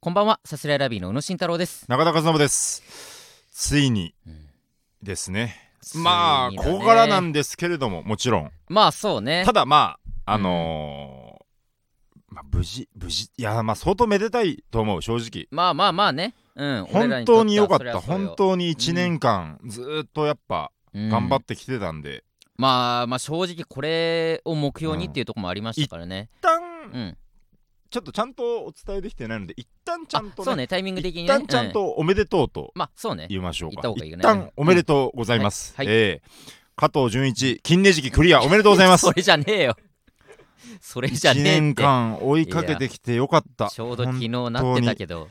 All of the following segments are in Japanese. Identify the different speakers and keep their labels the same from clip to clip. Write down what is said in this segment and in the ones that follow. Speaker 1: こんばんは、サスライラビーの宇野慎太郎です。
Speaker 2: 中田和伸ですついにですねまあ
Speaker 1: ついにだね
Speaker 2: 小柄なんですけれどももちろん
Speaker 1: まあそうね
Speaker 2: た。だまああのーまあ、無事無事いやまあ相当めでたいと思う正直
Speaker 1: まあまあまあね。うん。
Speaker 2: 本当に良かった本
Speaker 1: 本当
Speaker 2: 当に1年間ずーっとやっぱ頑張ってきてたんで、
Speaker 1: まあまあ正直これを目標にっていうところもありましたからね。
Speaker 2: 一旦
Speaker 1: うん。
Speaker 2: ちょっとちゃんとお伝えできてないので一旦ちゃ
Speaker 1: あ
Speaker 2: んと
Speaker 1: そう
Speaker 2: ね
Speaker 1: ね、タイミング的にね。
Speaker 2: 一旦ちゃん
Speaker 1: う。
Speaker 2: とおめでとうと
Speaker 1: まあそうね。
Speaker 2: 言いましょう
Speaker 1: 言っ
Speaker 2: か
Speaker 1: た方がいいよね
Speaker 2: 一旦おめでとうございます、
Speaker 1: うんはい
Speaker 2: えー加藤純一金ネジキクリアおめでとうございます
Speaker 1: それじゃねえよ。それじゃ
Speaker 2: 1
Speaker 1: ねえっ
Speaker 2: 年
Speaker 1: て。
Speaker 2: 間追いかけてきてよかった
Speaker 1: ちょうど昨日
Speaker 2: 本
Speaker 1: なってたけど、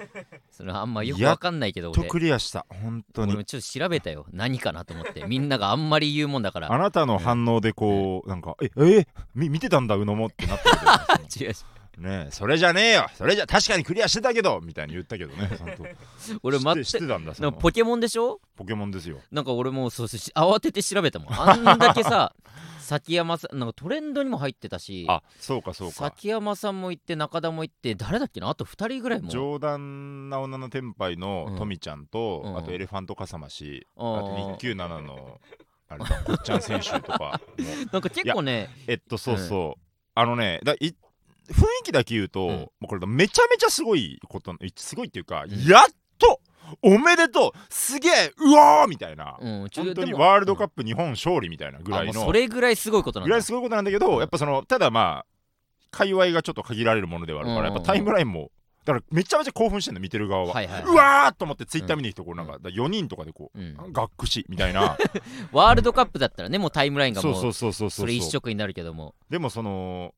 Speaker 1: それあんまよくわかんないけど
Speaker 2: 当
Speaker 1: 俺。
Speaker 2: クリアした本当
Speaker 1: 俺
Speaker 2: に
Speaker 1: もちょっと調べたよ何かなと思ってみんながあんまり言うもんだから
Speaker 2: あなたの反応でこうなんかええーみ見てたんだうのもってなったけど
Speaker 1: 違う違う
Speaker 2: ね えそれじゃねえよそれじゃ確かにクリアしてたけどみたいに言ったけど ねちゃんと
Speaker 1: 俺待っ
Speaker 2: 知って
Speaker 1: て
Speaker 2: 知ってたんだそ
Speaker 1: なん
Speaker 2: の
Speaker 1: かポケモンでしょ
Speaker 2: ポケモンですよ
Speaker 1: なんか俺もうそうそうし慌てて調べたもんあんだけ さ崎山さんなんかトレンドにも入ってたし
Speaker 2: あそうかそうか
Speaker 1: 崎山さんも行って中田も行って誰だっけなあと2人ぐらいも
Speaker 2: 冗談な女の天杯
Speaker 1: う
Speaker 2: の
Speaker 1: ん
Speaker 2: トミちゃんと、
Speaker 1: うん
Speaker 2: あとエレファントかさまし、
Speaker 1: あ
Speaker 2: あと
Speaker 1: ー
Speaker 2: 一級7のあれだぶっちゃん選手とかも
Speaker 1: なんか結構ね
Speaker 2: えっとそうそう、あのねだい雰囲気だけ言うと、
Speaker 1: うん
Speaker 2: もうこれめちゃめちゃすごいこといすごいっていうか、
Speaker 1: ん
Speaker 2: やっとおめでとうすげえうわーみたいな、
Speaker 1: うん
Speaker 2: 本当に
Speaker 1: でも
Speaker 2: ワールドカップ日本勝利みたいなぐら
Speaker 1: あ
Speaker 2: い
Speaker 1: もう
Speaker 2: の
Speaker 1: それぐらいすごいことなん
Speaker 2: ぐら
Speaker 1: だ
Speaker 2: いすごいことなんだけど、やっぱそのただまあ界隈がちょっと限られるものではあるから、
Speaker 1: うん
Speaker 2: やっぱタイムラインもだからめちゃめちゃ興奮してんの見てる側は、
Speaker 1: はいはいはいう
Speaker 2: わーっと思ってツイッター見に行くとこうなんか,、4人とかでこ
Speaker 1: うん
Speaker 2: う、がっくしみた いな
Speaker 1: ワールドカップだったらねもうタイムラインが
Speaker 2: そ
Speaker 1: も
Speaker 2: うそううそうそうそ
Speaker 1: そうれ一色になるけども
Speaker 2: でもその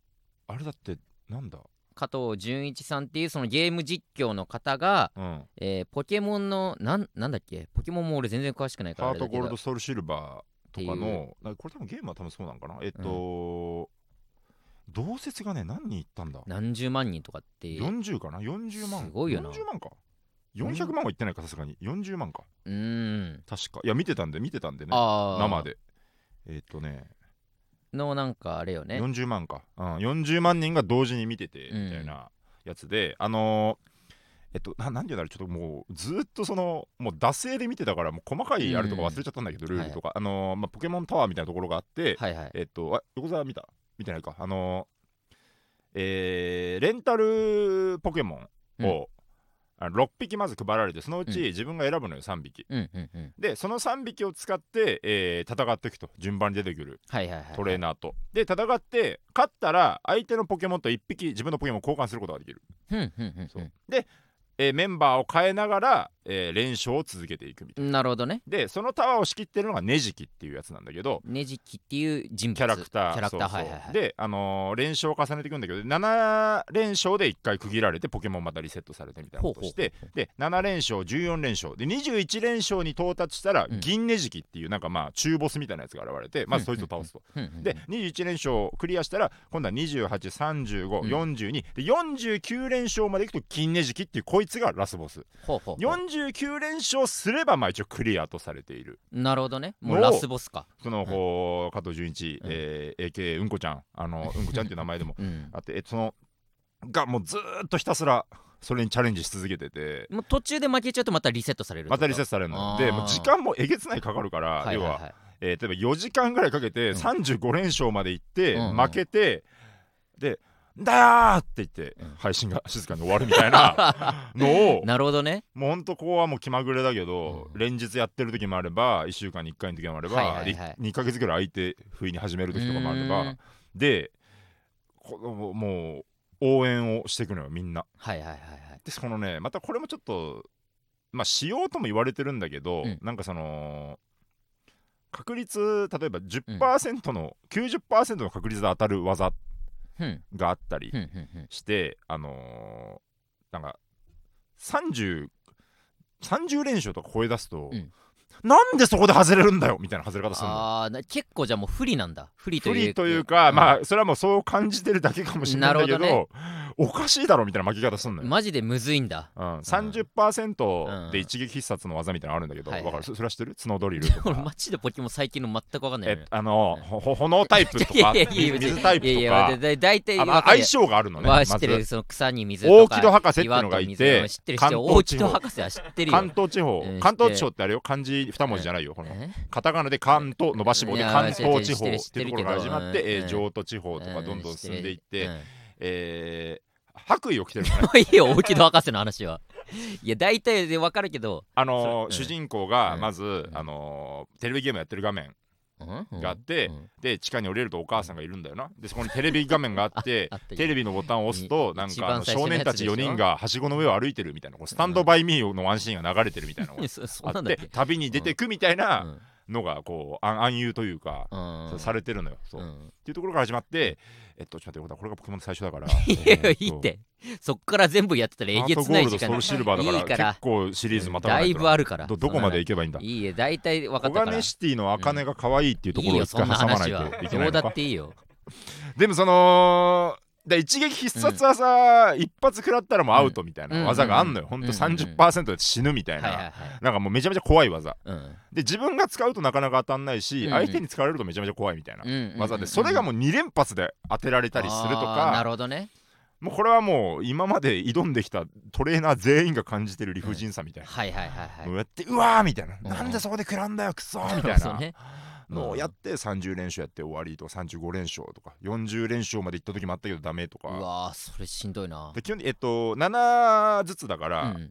Speaker 2: あれだってなんだ
Speaker 1: 加藤純一さんっていうそのゲーム実況の方が、
Speaker 2: うん
Speaker 1: えーポケモンのなんなんだっけポケモンも俺全然詳しくないから
Speaker 2: ハ
Speaker 1: あ
Speaker 2: ー
Speaker 1: れ
Speaker 2: ト
Speaker 1: だけ
Speaker 2: ゴール
Speaker 1: ど
Speaker 2: ドソウルシルバーとかのなんかこれ多分ゲームは多分そうなんかなえっと、同説がね何人いったんだ
Speaker 1: 何十万人とかっていう
Speaker 2: 40かな40万
Speaker 1: すごいよな
Speaker 2: 40万か400万はいってないかさすがに40万か
Speaker 1: うーん
Speaker 2: 確かいや見てたんで見てたんでね
Speaker 1: ああ
Speaker 2: 生でえーっとね
Speaker 1: のなんかあれよね
Speaker 2: 40万か、うん、40万人が同時に見てて
Speaker 1: うん
Speaker 2: みたいなやつで、あのーえっと、ななんていうんだろうちょっともうずーっとそのもう惰性で見てたからもう細かいあれとか忘れちゃったんだけど、
Speaker 1: うん
Speaker 2: ルールとか、あのーまあ、ポケモンタワーみたいなところがあって、
Speaker 1: はいはい
Speaker 2: えっとあ横澤見た見てないかあのーえーレンタルポケモンを、あ6匹まず配られてそのうち
Speaker 1: うん
Speaker 2: 自分が選ぶのよ3匹、
Speaker 1: うんうんうん
Speaker 2: でその3匹を使って、えー戦っていくと順番に出てくる
Speaker 1: はいはいはい
Speaker 2: トレーナーと、で戦って勝ったら相手のポケモンと1匹自分のポケモンを交換することができる、
Speaker 1: うんうんうん
Speaker 2: そうで、えーメンバーを変えながら、えー連勝を続けていくみたい
Speaker 1: うんなるほどね
Speaker 2: なでそのタワーを仕切ってるのがネジキっていうやつなんだけど
Speaker 1: ねじきっていう人物
Speaker 2: キャラクター
Speaker 1: キャラクター
Speaker 2: そ
Speaker 1: は
Speaker 2: うそう
Speaker 1: いはいはい
Speaker 2: で、あのー連勝を重ねていくんだけど7連勝で1回区切られてポケモンまたリセットされてみたいなことしてで7連勝14連勝で21連勝に到達したら、
Speaker 1: うん
Speaker 2: 銀ネジキっていうなんかまあ中ボスみたいなやつが現れてまずそいつを倒すと、
Speaker 1: うんうんうん
Speaker 2: で21連勝をクリアしたら今度は283542、42で49連勝までいくと金ネジキっていうこいつがラスボス
Speaker 1: ほうほうほう
Speaker 2: 49連勝すればまあ一応クリアとされている
Speaker 1: なるほどねもう
Speaker 2: の
Speaker 1: ラ
Speaker 2: を
Speaker 1: スボスか
Speaker 2: その、こう加藤純一、
Speaker 1: うん
Speaker 2: えー AK うんこちゃんあのうんこちゃんっていう名 前でも
Speaker 1: うん
Speaker 2: あってえっとそのがもうずーっとひたすらそれにチャレンジし続けてて
Speaker 1: もう途中で負けちゃうとまたリセットされる
Speaker 2: またリセッ
Speaker 1: ッ
Speaker 2: トされるの
Speaker 1: あー
Speaker 2: でもう時間もえげつないかかるから、
Speaker 1: はい
Speaker 2: 要
Speaker 1: はい
Speaker 2: は、
Speaker 1: はい
Speaker 2: えー例えば4時間ぐらいかけて
Speaker 1: うん
Speaker 2: 35連勝まで行って、
Speaker 1: うんうん
Speaker 2: 負けてで「だー!」って言って
Speaker 1: うん
Speaker 2: 配信が静かに終わるみた いなのを
Speaker 1: なるほどね
Speaker 2: もうほんとここはもう気まぐれだけど、
Speaker 1: う
Speaker 2: 連日やってる時もあれば1週間に1回の時もあれば、
Speaker 1: はいはいはい
Speaker 2: 2ヶ月ぐらい空いて不意に始める時とかもあれ
Speaker 1: うー
Speaker 2: ば
Speaker 1: ん
Speaker 2: でこのもう応援をしていくのよみんな。
Speaker 1: はいはいはいはい
Speaker 2: でこのねまたこれもちょっとまあしようとも言われてるんだけど、
Speaker 1: うん
Speaker 2: なんかその確率例えば10%の、90%の確率で当たる技
Speaker 1: ふん
Speaker 2: があったり
Speaker 1: ふんふんふん
Speaker 2: して、あのーなんか3030連勝とか超え出すと、
Speaker 1: うん
Speaker 2: なんでそこで外れるんだよみたいな外れ方するの。
Speaker 1: あーな結構じゃあもう不利なんだ不利と
Speaker 2: 不
Speaker 1: いう
Speaker 2: 利というか、
Speaker 1: うん
Speaker 2: まあそれはもうそう感じてるだけかもしれないんだけど
Speaker 1: なるほ
Speaker 2: おかしいだろみたいな巻き方すんのよ、
Speaker 1: マジでむずいんだ
Speaker 2: うん、30%で一撃必殺の技みたいなのあるんだけど、
Speaker 1: うんはいはい
Speaker 2: わかるそそれは知ってるスノードリルと
Speaker 1: 俺
Speaker 2: か
Speaker 1: マジでポケモン最近の全く分かんない
Speaker 2: え
Speaker 1: のよ
Speaker 2: あのほほ炎タイプと
Speaker 1: いや
Speaker 2: か
Speaker 1: いやいや
Speaker 2: 水水タイプ
Speaker 1: いやい
Speaker 2: と
Speaker 1: やだ
Speaker 2: か
Speaker 1: だ大体
Speaker 2: あ
Speaker 1: 分か
Speaker 2: の
Speaker 1: る
Speaker 2: 相
Speaker 1: や
Speaker 2: 性があるのね
Speaker 1: わ
Speaker 2: ま
Speaker 1: あ知ってる
Speaker 2: ず
Speaker 1: その草に水
Speaker 2: 大
Speaker 1: とか
Speaker 2: 木戸博士っていうのがい
Speaker 1: 岩と
Speaker 2: て
Speaker 1: 水知ってる知って
Speaker 2: 関
Speaker 1: る
Speaker 2: 東
Speaker 1: 大木
Speaker 2: 地
Speaker 1: 戸
Speaker 2: 方
Speaker 1: 博士は知ってるよ
Speaker 2: 関東地方
Speaker 1: うん
Speaker 2: 関
Speaker 1: 知っ
Speaker 2: 東
Speaker 1: てる
Speaker 2: 地方ってあれよ漢字二文字じゃないよこの
Speaker 1: え
Speaker 2: カタカナで関東伸ばし棒
Speaker 1: い
Speaker 2: で
Speaker 1: や
Speaker 2: 関東地
Speaker 1: 知って
Speaker 2: 方
Speaker 1: る
Speaker 2: っていうところから
Speaker 1: 知ってる知ってるけ
Speaker 2: 始
Speaker 1: ど
Speaker 2: まってえ
Speaker 1: う
Speaker 2: ー
Speaker 1: ん
Speaker 2: 上都地方とかどんどん進んでいっ
Speaker 1: う
Speaker 2: て
Speaker 1: ん
Speaker 2: えー白衣を着てるのね
Speaker 1: もういいよ大木戸博士の話はいや大体で分かるけど
Speaker 2: あのー
Speaker 1: それうん
Speaker 2: 主人公がまず
Speaker 1: ん
Speaker 2: あのーテレビゲームやってる画面が
Speaker 1: が
Speaker 2: あってで地下に降りるとお母さんがいるんだよなでそこにテレビ画面があっ て
Speaker 1: あった
Speaker 2: テレビのボタンを押すとなん
Speaker 1: 一
Speaker 2: かあの
Speaker 1: 番最初
Speaker 2: 少
Speaker 1: のや
Speaker 2: 年
Speaker 1: つ
Speaker 2: たち4
Speaker 1: でしょ
Speaker 2: 人がはしごの上を歩いてるみたいなこうスタンドバイミーのワンシーンが流れてるみたいなのが
Speaker 1: そ そ
Speaker 2: あ
Speaker 1: うな
Speaker 2: っ
Speaker 1: んだってけ
Speaker 2: 旅に出てくみたい
Speaker 1: うん
Speaker 2: なのがこう暗暗誘というか
Speaker 1: うん
Speaker 2: されてるのよそう
Speaker 1: う
Speaker 2: っ
Speaker 1: ん
Speaker 2: ていうところから始まってえっとちょっと待ってこれがポケモンの最初だから
Speaker 1: い やいやいいってそっから全部やってたらえ
Speaker 2: ハ
Speaker 1: げ
Speaker 2: ート
Speaker 1: つ
Speaker 2: ゴ
Speaker 1: な
Speaker 2: ー
Speaker 1: い
Speaker 2: ルド
Speaker 1: 時間
Speaker 2: ソウルシルバー
Speaker 1: い
Speaker 2: だ
Speaker 1: い
Speaker 2: か
Speaker 1: からら
Speaker 2: 結構シリーズまた
Speaker 1: だ
Speaker 2: ない
Speaker 1: い
Speaker 2: と
Speaker 1: ぶ
Speaker 2: な
Speaker 1: あるから
Speaker 2: どどこまで行けばいいんだ
Speaker 1: いいえ大体分か
Speaker 2: 小
Speaker 1: ったから
Speaker 2: 金シティの茜が可愛いっていうと
Speaker 1: い
Speaker 2: こ
Speaker 1: い
Speaker 2: ろを
Speaker 1: よ
Speaker 2: 一
Speaker 1: そ
Speaker 2: 回
Speaker 1: んな
Speaker 2: 挟まな
Speaker 1: 話
Speaker 2: い
Speaker 1: は
Speaker 2: といけな
Speaker 1: ど
Speaker 2: いう
Speaker 1: だ
Speaker 2: の
Speaker 1: っ
Speaker 2: か
Speaker 1: ていいよ
Speaker 2: でもそのだから一撃必殺技一発食らったらもうアウトみたい
Speaker 1: うん
Speaker 2: な技があんのよほんと
Speaker 1: うん
Speaker 2: 30%で死ぬみた
Speaker 1: はいいはい
Speaker 2: な
Speaker 1: はい
Speaker 2: なんかもうめちゃめちゃ怖い技
Speaker 1: うん
Speaker 2: で自分が使うとなかなか当たんないし
Speaker 1: うん
Speaker 2: 相手に使われるとめちゃめちゃ怖いみたいな
Speaker 1: うんうんうん
Speaker 2: 技でそれがもう2連発で当てられたりすると
Speaker 1: あーな
Speaker 2: か
Speaker 1: るほどね
Speaker 2: もうこれはもう今まで挑んできたトレーナー全員が感じてる理不尽さみたいな
Speaker 1: はいはいはいはい
Speaker 2: のをやってうわーみたいな
Speaker 1: うん
Speaker 2: なんでそこで食らうんだよクソーみたい
Speaker 1: そう
Speaker 2: な
Speaker 1: ね
Speaker 2: のをやって30連勝やって終わりとか35連勝とか40連勝まで行った時もあったけどダメと
Speaker 1: う
Speaker 2: か
Speaker 1: わーそれしんどいな
Speaker 2: で基本的にえっと7ずつだか
Speaker 1: う
Speaker 2: ら
Speaker 1: ん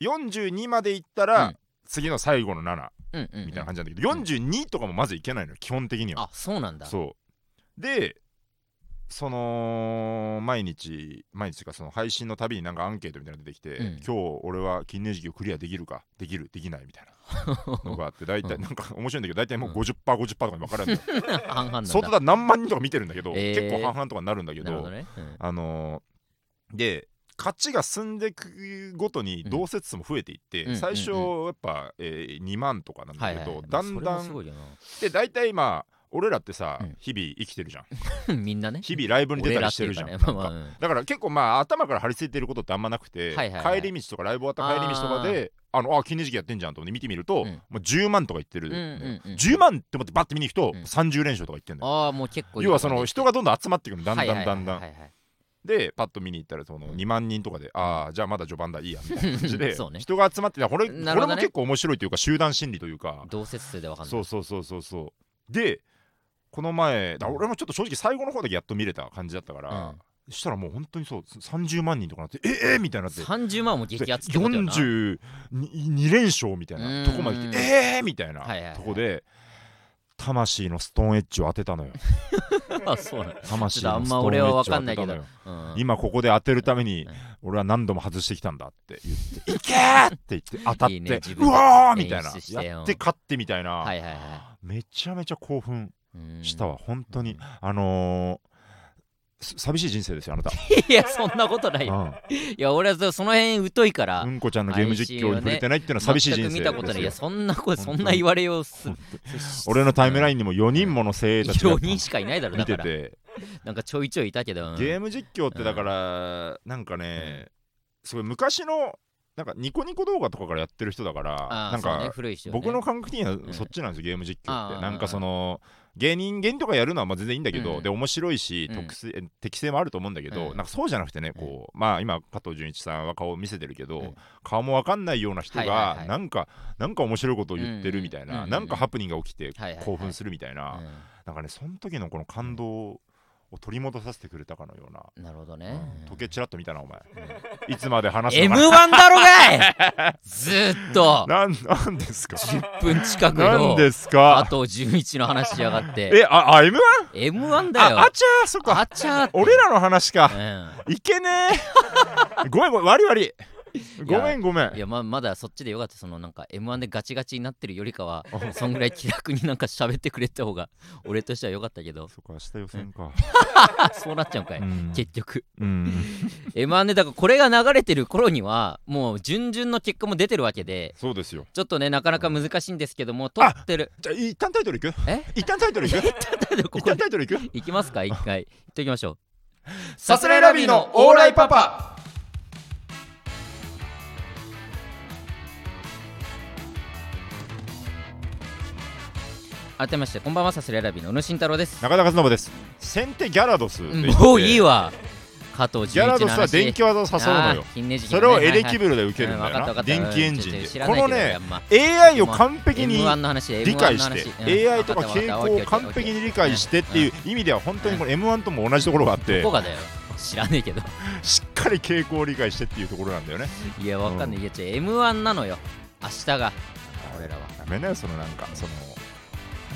Speaker 2: 42まで行った
Speaker 1: う
Speaker 2: ら
Speaker 1: ん
Speaker 2: 次の最後の7
Speaker 1: うんうんうん
Speaker 2: みたいな感じなんだけど42とかもまずいけないのよ基本的には
Speaker 1: あそうなん だ
Speaker 2: そうでその毎日毎日というかその配信のたびになんかアンケートみたいなの出てきて、
Speaker 1: うん
Speaker 2: 今日俺は金ネジギをクリアできるかできるできないみたいなのがあ って大体
Speaker 1: うん
Speaker 2: なんか面白いんだけど大体もう 50%50% とかに分かれるんだよ
Speaker 1: 半々なんだ
Speaker 2: 相当だ何万人とか見てるんだけど、
Speaker 1: えー
Speaker 2: 結構半々とかになるんだけど
Speaker 1: なるほどねうん
Speaker 2: あのーで勝ちが進んでいくごとに
Speaker 1: うん
Speaker 2: 同説数も増えていって、
Speaker 1: うん
Speaker 2: 最初
Speaker 1: うん
Speaker 2: やっぱ、えー2万とかなんだ
Speaker 1: はい
Speaker 2: け
Speaker 1: はい
Speaker 2: ど、
Speaker 1: はい
Speaker 2: だん
Speaker 1: まあ
Speaker 2: だ
Speaker 1: それもす
Speaker 2: ん
Speaker 1: ごいよ
Speaker 2: で大体まあ俺らってさ、
Speaker 1: うん
Speaker 2: 日々生きてるじゃ
Speaker 1: な
Speaker 2: ん
Speaker 1: みんなね
Speaker 2: 日々ライブに出たりしてるじゃん。
Speaker 1: 俺
Speaker 2: な
Speaker 1: らって
Speaker 2: ん
Speaker 1: いうかねまあまあう
Speaker 2: か
Speaker 1: ん
Speaker 2: だから結構まあ頭から張り付いてることってあんまなくて、
Speaker 1: はいはいはい
Speaker 2: 帰り道とかライブ終わった帰り道とかであのあ金ネジギやってんじゃんと思って見てみると、
Speaker 1: うん
Speaker 2: もう10万とかいってる、
Speaker 1: うんうんうん
Speaker 2: 10万って思ってバッて見に行くと、
Speaker 1: うん
Speaker 2: 30連勝とかいってんだよ。
Speaker 1: ああもう結構いい
Speaker 2: 要はその人がどんどん集まってくるのだ
Speaker 1: と
Speaker 2: ん
Speaker 1: こまで
Speaker 2: だんだんだん。
Speaker 1: はいはいはい
Speaker 2: でパッと見に行ったらその2万人とかで、ああじゃあまだ序盤だいいやみたいな感じ で、
Speaker 1: そうね
Speaker 2: 人が集まっててこれ,、
Speaker 1: な
Speaker 2: こ
Speaker 1: る
Speaker 2: れ
Speaker 1: ほどね
Speaker 2: も結構面白いというか集団心理というか
Speaker 1: 同説数でわかんない
Speaker 2: そうそうそうそうそうでこの前だ俺もちょっと正直最後の方だけやっと見れた感じだったから、そしたらもう本当にそう30万人とかなってえええみたいになって
Speaker 1: 30万も激アツってことよな
Speaker 2: 42連勝みたいなとこまで来て
Speaker 1: うん
Speaker 2: ええみたいな
Speaker 1: はいはいはい
Speaker 2: とこで魂のストーンエッジを当てたのよ
Speaker 1: あそうなんだ
Speaker 2: 魂
Speaker 1: ちょっとあ
Speaker 2: の
Speaker 1: ん
Speaker 2: スト
Speaker 1: ま
Speaker 2: ーンエ
Speaker 1: 俺は分
Speaker 2: ッジを
Speaker 1: か
Speaker 2: 当
Speaker 1: んな
Speaker 2: て
Speaker 1: い
Speaker 2: た
Speaker 1: け
Speaker 2: の
Speaker 1: ど
Speaker 2: よ
Speaker 1: うん
Speaker 2: 今ここで当てるために
Speaker 1: うん
Speaker 2: 俺は何度も外してきたんだって 言って「いけ!」って言って当たって
Speaker 1: いいね自分
Speaker 2: う
Speaker 1: で
Speaker 2: わーみたい
Speaker 1: 演出して
Speaker 2: な
Speaker 1: よ
Speaker 2: やって勝ってみたいな、
Speaker 1: はいはいは
Speaker 2: めちゃめちゃ興奮
Speaker 1: いうん
Speaker 2: したわ本当に、あのーす寂しい人生ですよあなた、
Speaker 1: いやそんなことないよ
Speaker 2: う
Speaker 1: いや俺はそその辺疎いから
Speaker 2: ん、うんこちゃんのゲーム実況に触れてないっていうのは寂しい人生
Speaker 1: 全く見たことないい
Speaker 2: で
Speaker 1: や
Speaker 2: すよ
Speaker 1: そんな声そ
Speaker 2: 本当に
Speaker 1: んな言われようす
Speaker 2: 俺のタイムライ
Speaker 1: ン
Speaker 2: ンにも4人もの精鋭たちが
Speaker 1: 4人しかいないだろ
Speaker 2: 見
Speaker 1: だ
Speaker 2: て
Speaker 1: から
Speaker 2: て、
Speaker 1: なんかちょいちょいいたけどうん
Speaker 2: ゲーム実況ってだから、なんかねすごい昔のなんかニコニコ動画とかからやってる人だから
Speaker 1: あー
Speaker 2: なん
Speaker 1: そう
Speaker 2: か
Speaker 1: ね古い人ね
Speaker 2: 僕の感覚的には
Speaker 1: ん
Speaker 2: そっちなんですよ、ゲーム実況っ
Speaker 1: あ
Speaker 2: て
Speaker 1: ー
Speaker 2: なんかその芸人芸人とかやるのはまあ全然いいんだけど、
Speaker 1: うん
Speaker 2: で面白いし、
Speaker 1: うん
Speaker 2: 特性え適性もあると思うんだけど、
Speaker 1: うん
Speaker 2: なんかそうじゃなくてねこう、まあ今加藤純一さんは顔を見せてるけど、顔もわかんないような人が、
Speaker 1: はいはいはい
Speaker 2: なんかなんか面白いことを言ってるみたい
Speaker 1: うんうんう
Speaker 2: な、
Speaker 1: んうん
Speaker 2: なんかハプニングが起きて
Speaker 1: はいはいはい
Speaker 2: 興奮するみたいな、
Speaker 1: う
Speaker 2: なんかねその時のこの感動を取り戻させてくれたかのような、
Speaker 1: んなるほどね
Speaker 2: 時計ちらっと見たなお前、いつまで話す
Speaker 1: M1
Speaker 2: のかな
Speaker 1: だろがい ずーっと
Speaker 2: なんなんですか
Speaker 1: 10分近く
Speaker 2: な
Speaker 1: の
Speaker 2: んです
Speaker 1: あ
Speaker 2: か
Speaker 1: と11の話しやがって
Speaker 2: えああ M1
Speaker 1: M1 だよ
Speaker 2: ああちゃーそっか
Speaker 1: あちゃーって
Speaker 2: 俺らの話か
Speaker 1: う
Speaker 2: いけねえ ごめんごめん悪い悪いごめんごめ
Speaker 1: んい
Speaker 2: ん
Speaker 1: やままだそっちでよかったそのなんか M1 でガチガチになってるよりかは そんぐらい気楽になんか喋ってくれた方が俺としてはよかったけど
Speaker 2: そっか明日予選か
Speaker 1: あそうなっちゃうんかい
Speaker 2: うん
Speaker 1: 結局
Speaker 2: うん
Speaker 1: えまあねだからこれが流れてる頃にはもう準々の結果も出てるわけで
Speaker 2: そうですよ
Speaker 1: ちょっとねなかなか難しいんですけども取ってる
Speaker 2: じゃあ一旦タイトルいく
Speaker 1: え
Speaker 2: 一旦タイトルいく
Speaker 1: ここ
Speaker 2: 一旦
Speaker 1: で
Speaker 2: タイトルいく
Speaker 1: いきますか一回いっときましょう
Speaker 2: さすらいラビーのオーライパパ
Speaker 1: 改めましてこんばんはサスレラビーの宇野慎太郎です
Speaker 2: 中田和信です先手ギャラドスと言って
Speaker 1: もういいわ加藤
Speaker 2: ギ
Speaker 1: 純
Speaker 2: ャラ
Speaker 1: 一
Speaker 2: ド
Speaker 1: の
Speaker 2: ス
Speaker 1: 話
Speaker 2: は電気技を誘うの
Speaker 1: あ
Speaker 2: よ
Speaker 1: ーひんねじき
Speaker 2: そ
Speaker 1: の
Speaker 2: れ
Speaker 1: ね
Speaker 2: をエレ
Speaker 1: はい
Speaker 2: キ
Speaker 1: はい
Speaker 2: ブルで受けるんだ
Speaker 1: うんわか
Speaker 2: よ
Speaker 1: った
Speaker 2: な
Speaker 1: わかった
Speaker 2: 電気エンジ
Speaker 1: うんちょ
Speaker 2: ン
Speaker 1: っと知
Speaker 2: で
Speaker 1: ら
Speaker 2: こ
Speaker 1: ないけ
Speaker 2: の
Speaker 1: ど
Speaker 2: ね
Speaker 1: あんま
Speaker 2: AI を完璧に
Speaker 1: M1 の話で
Speaker 2: 理解して AI とか傾向を完璧に理解してっていうう意味では本当にこれ M1 とも同じところがあっ
Speaker 1: ん
Speaker 2: て
Speaker 1: どこがだよ知らねえけど
Speaker 2: しっかり傾向を理解してっていうところなんだよね
Speaker 1: いやわかんないいや違う M1 なのよ明日が俺らは
Speaker 2: ダメだよそのなんかその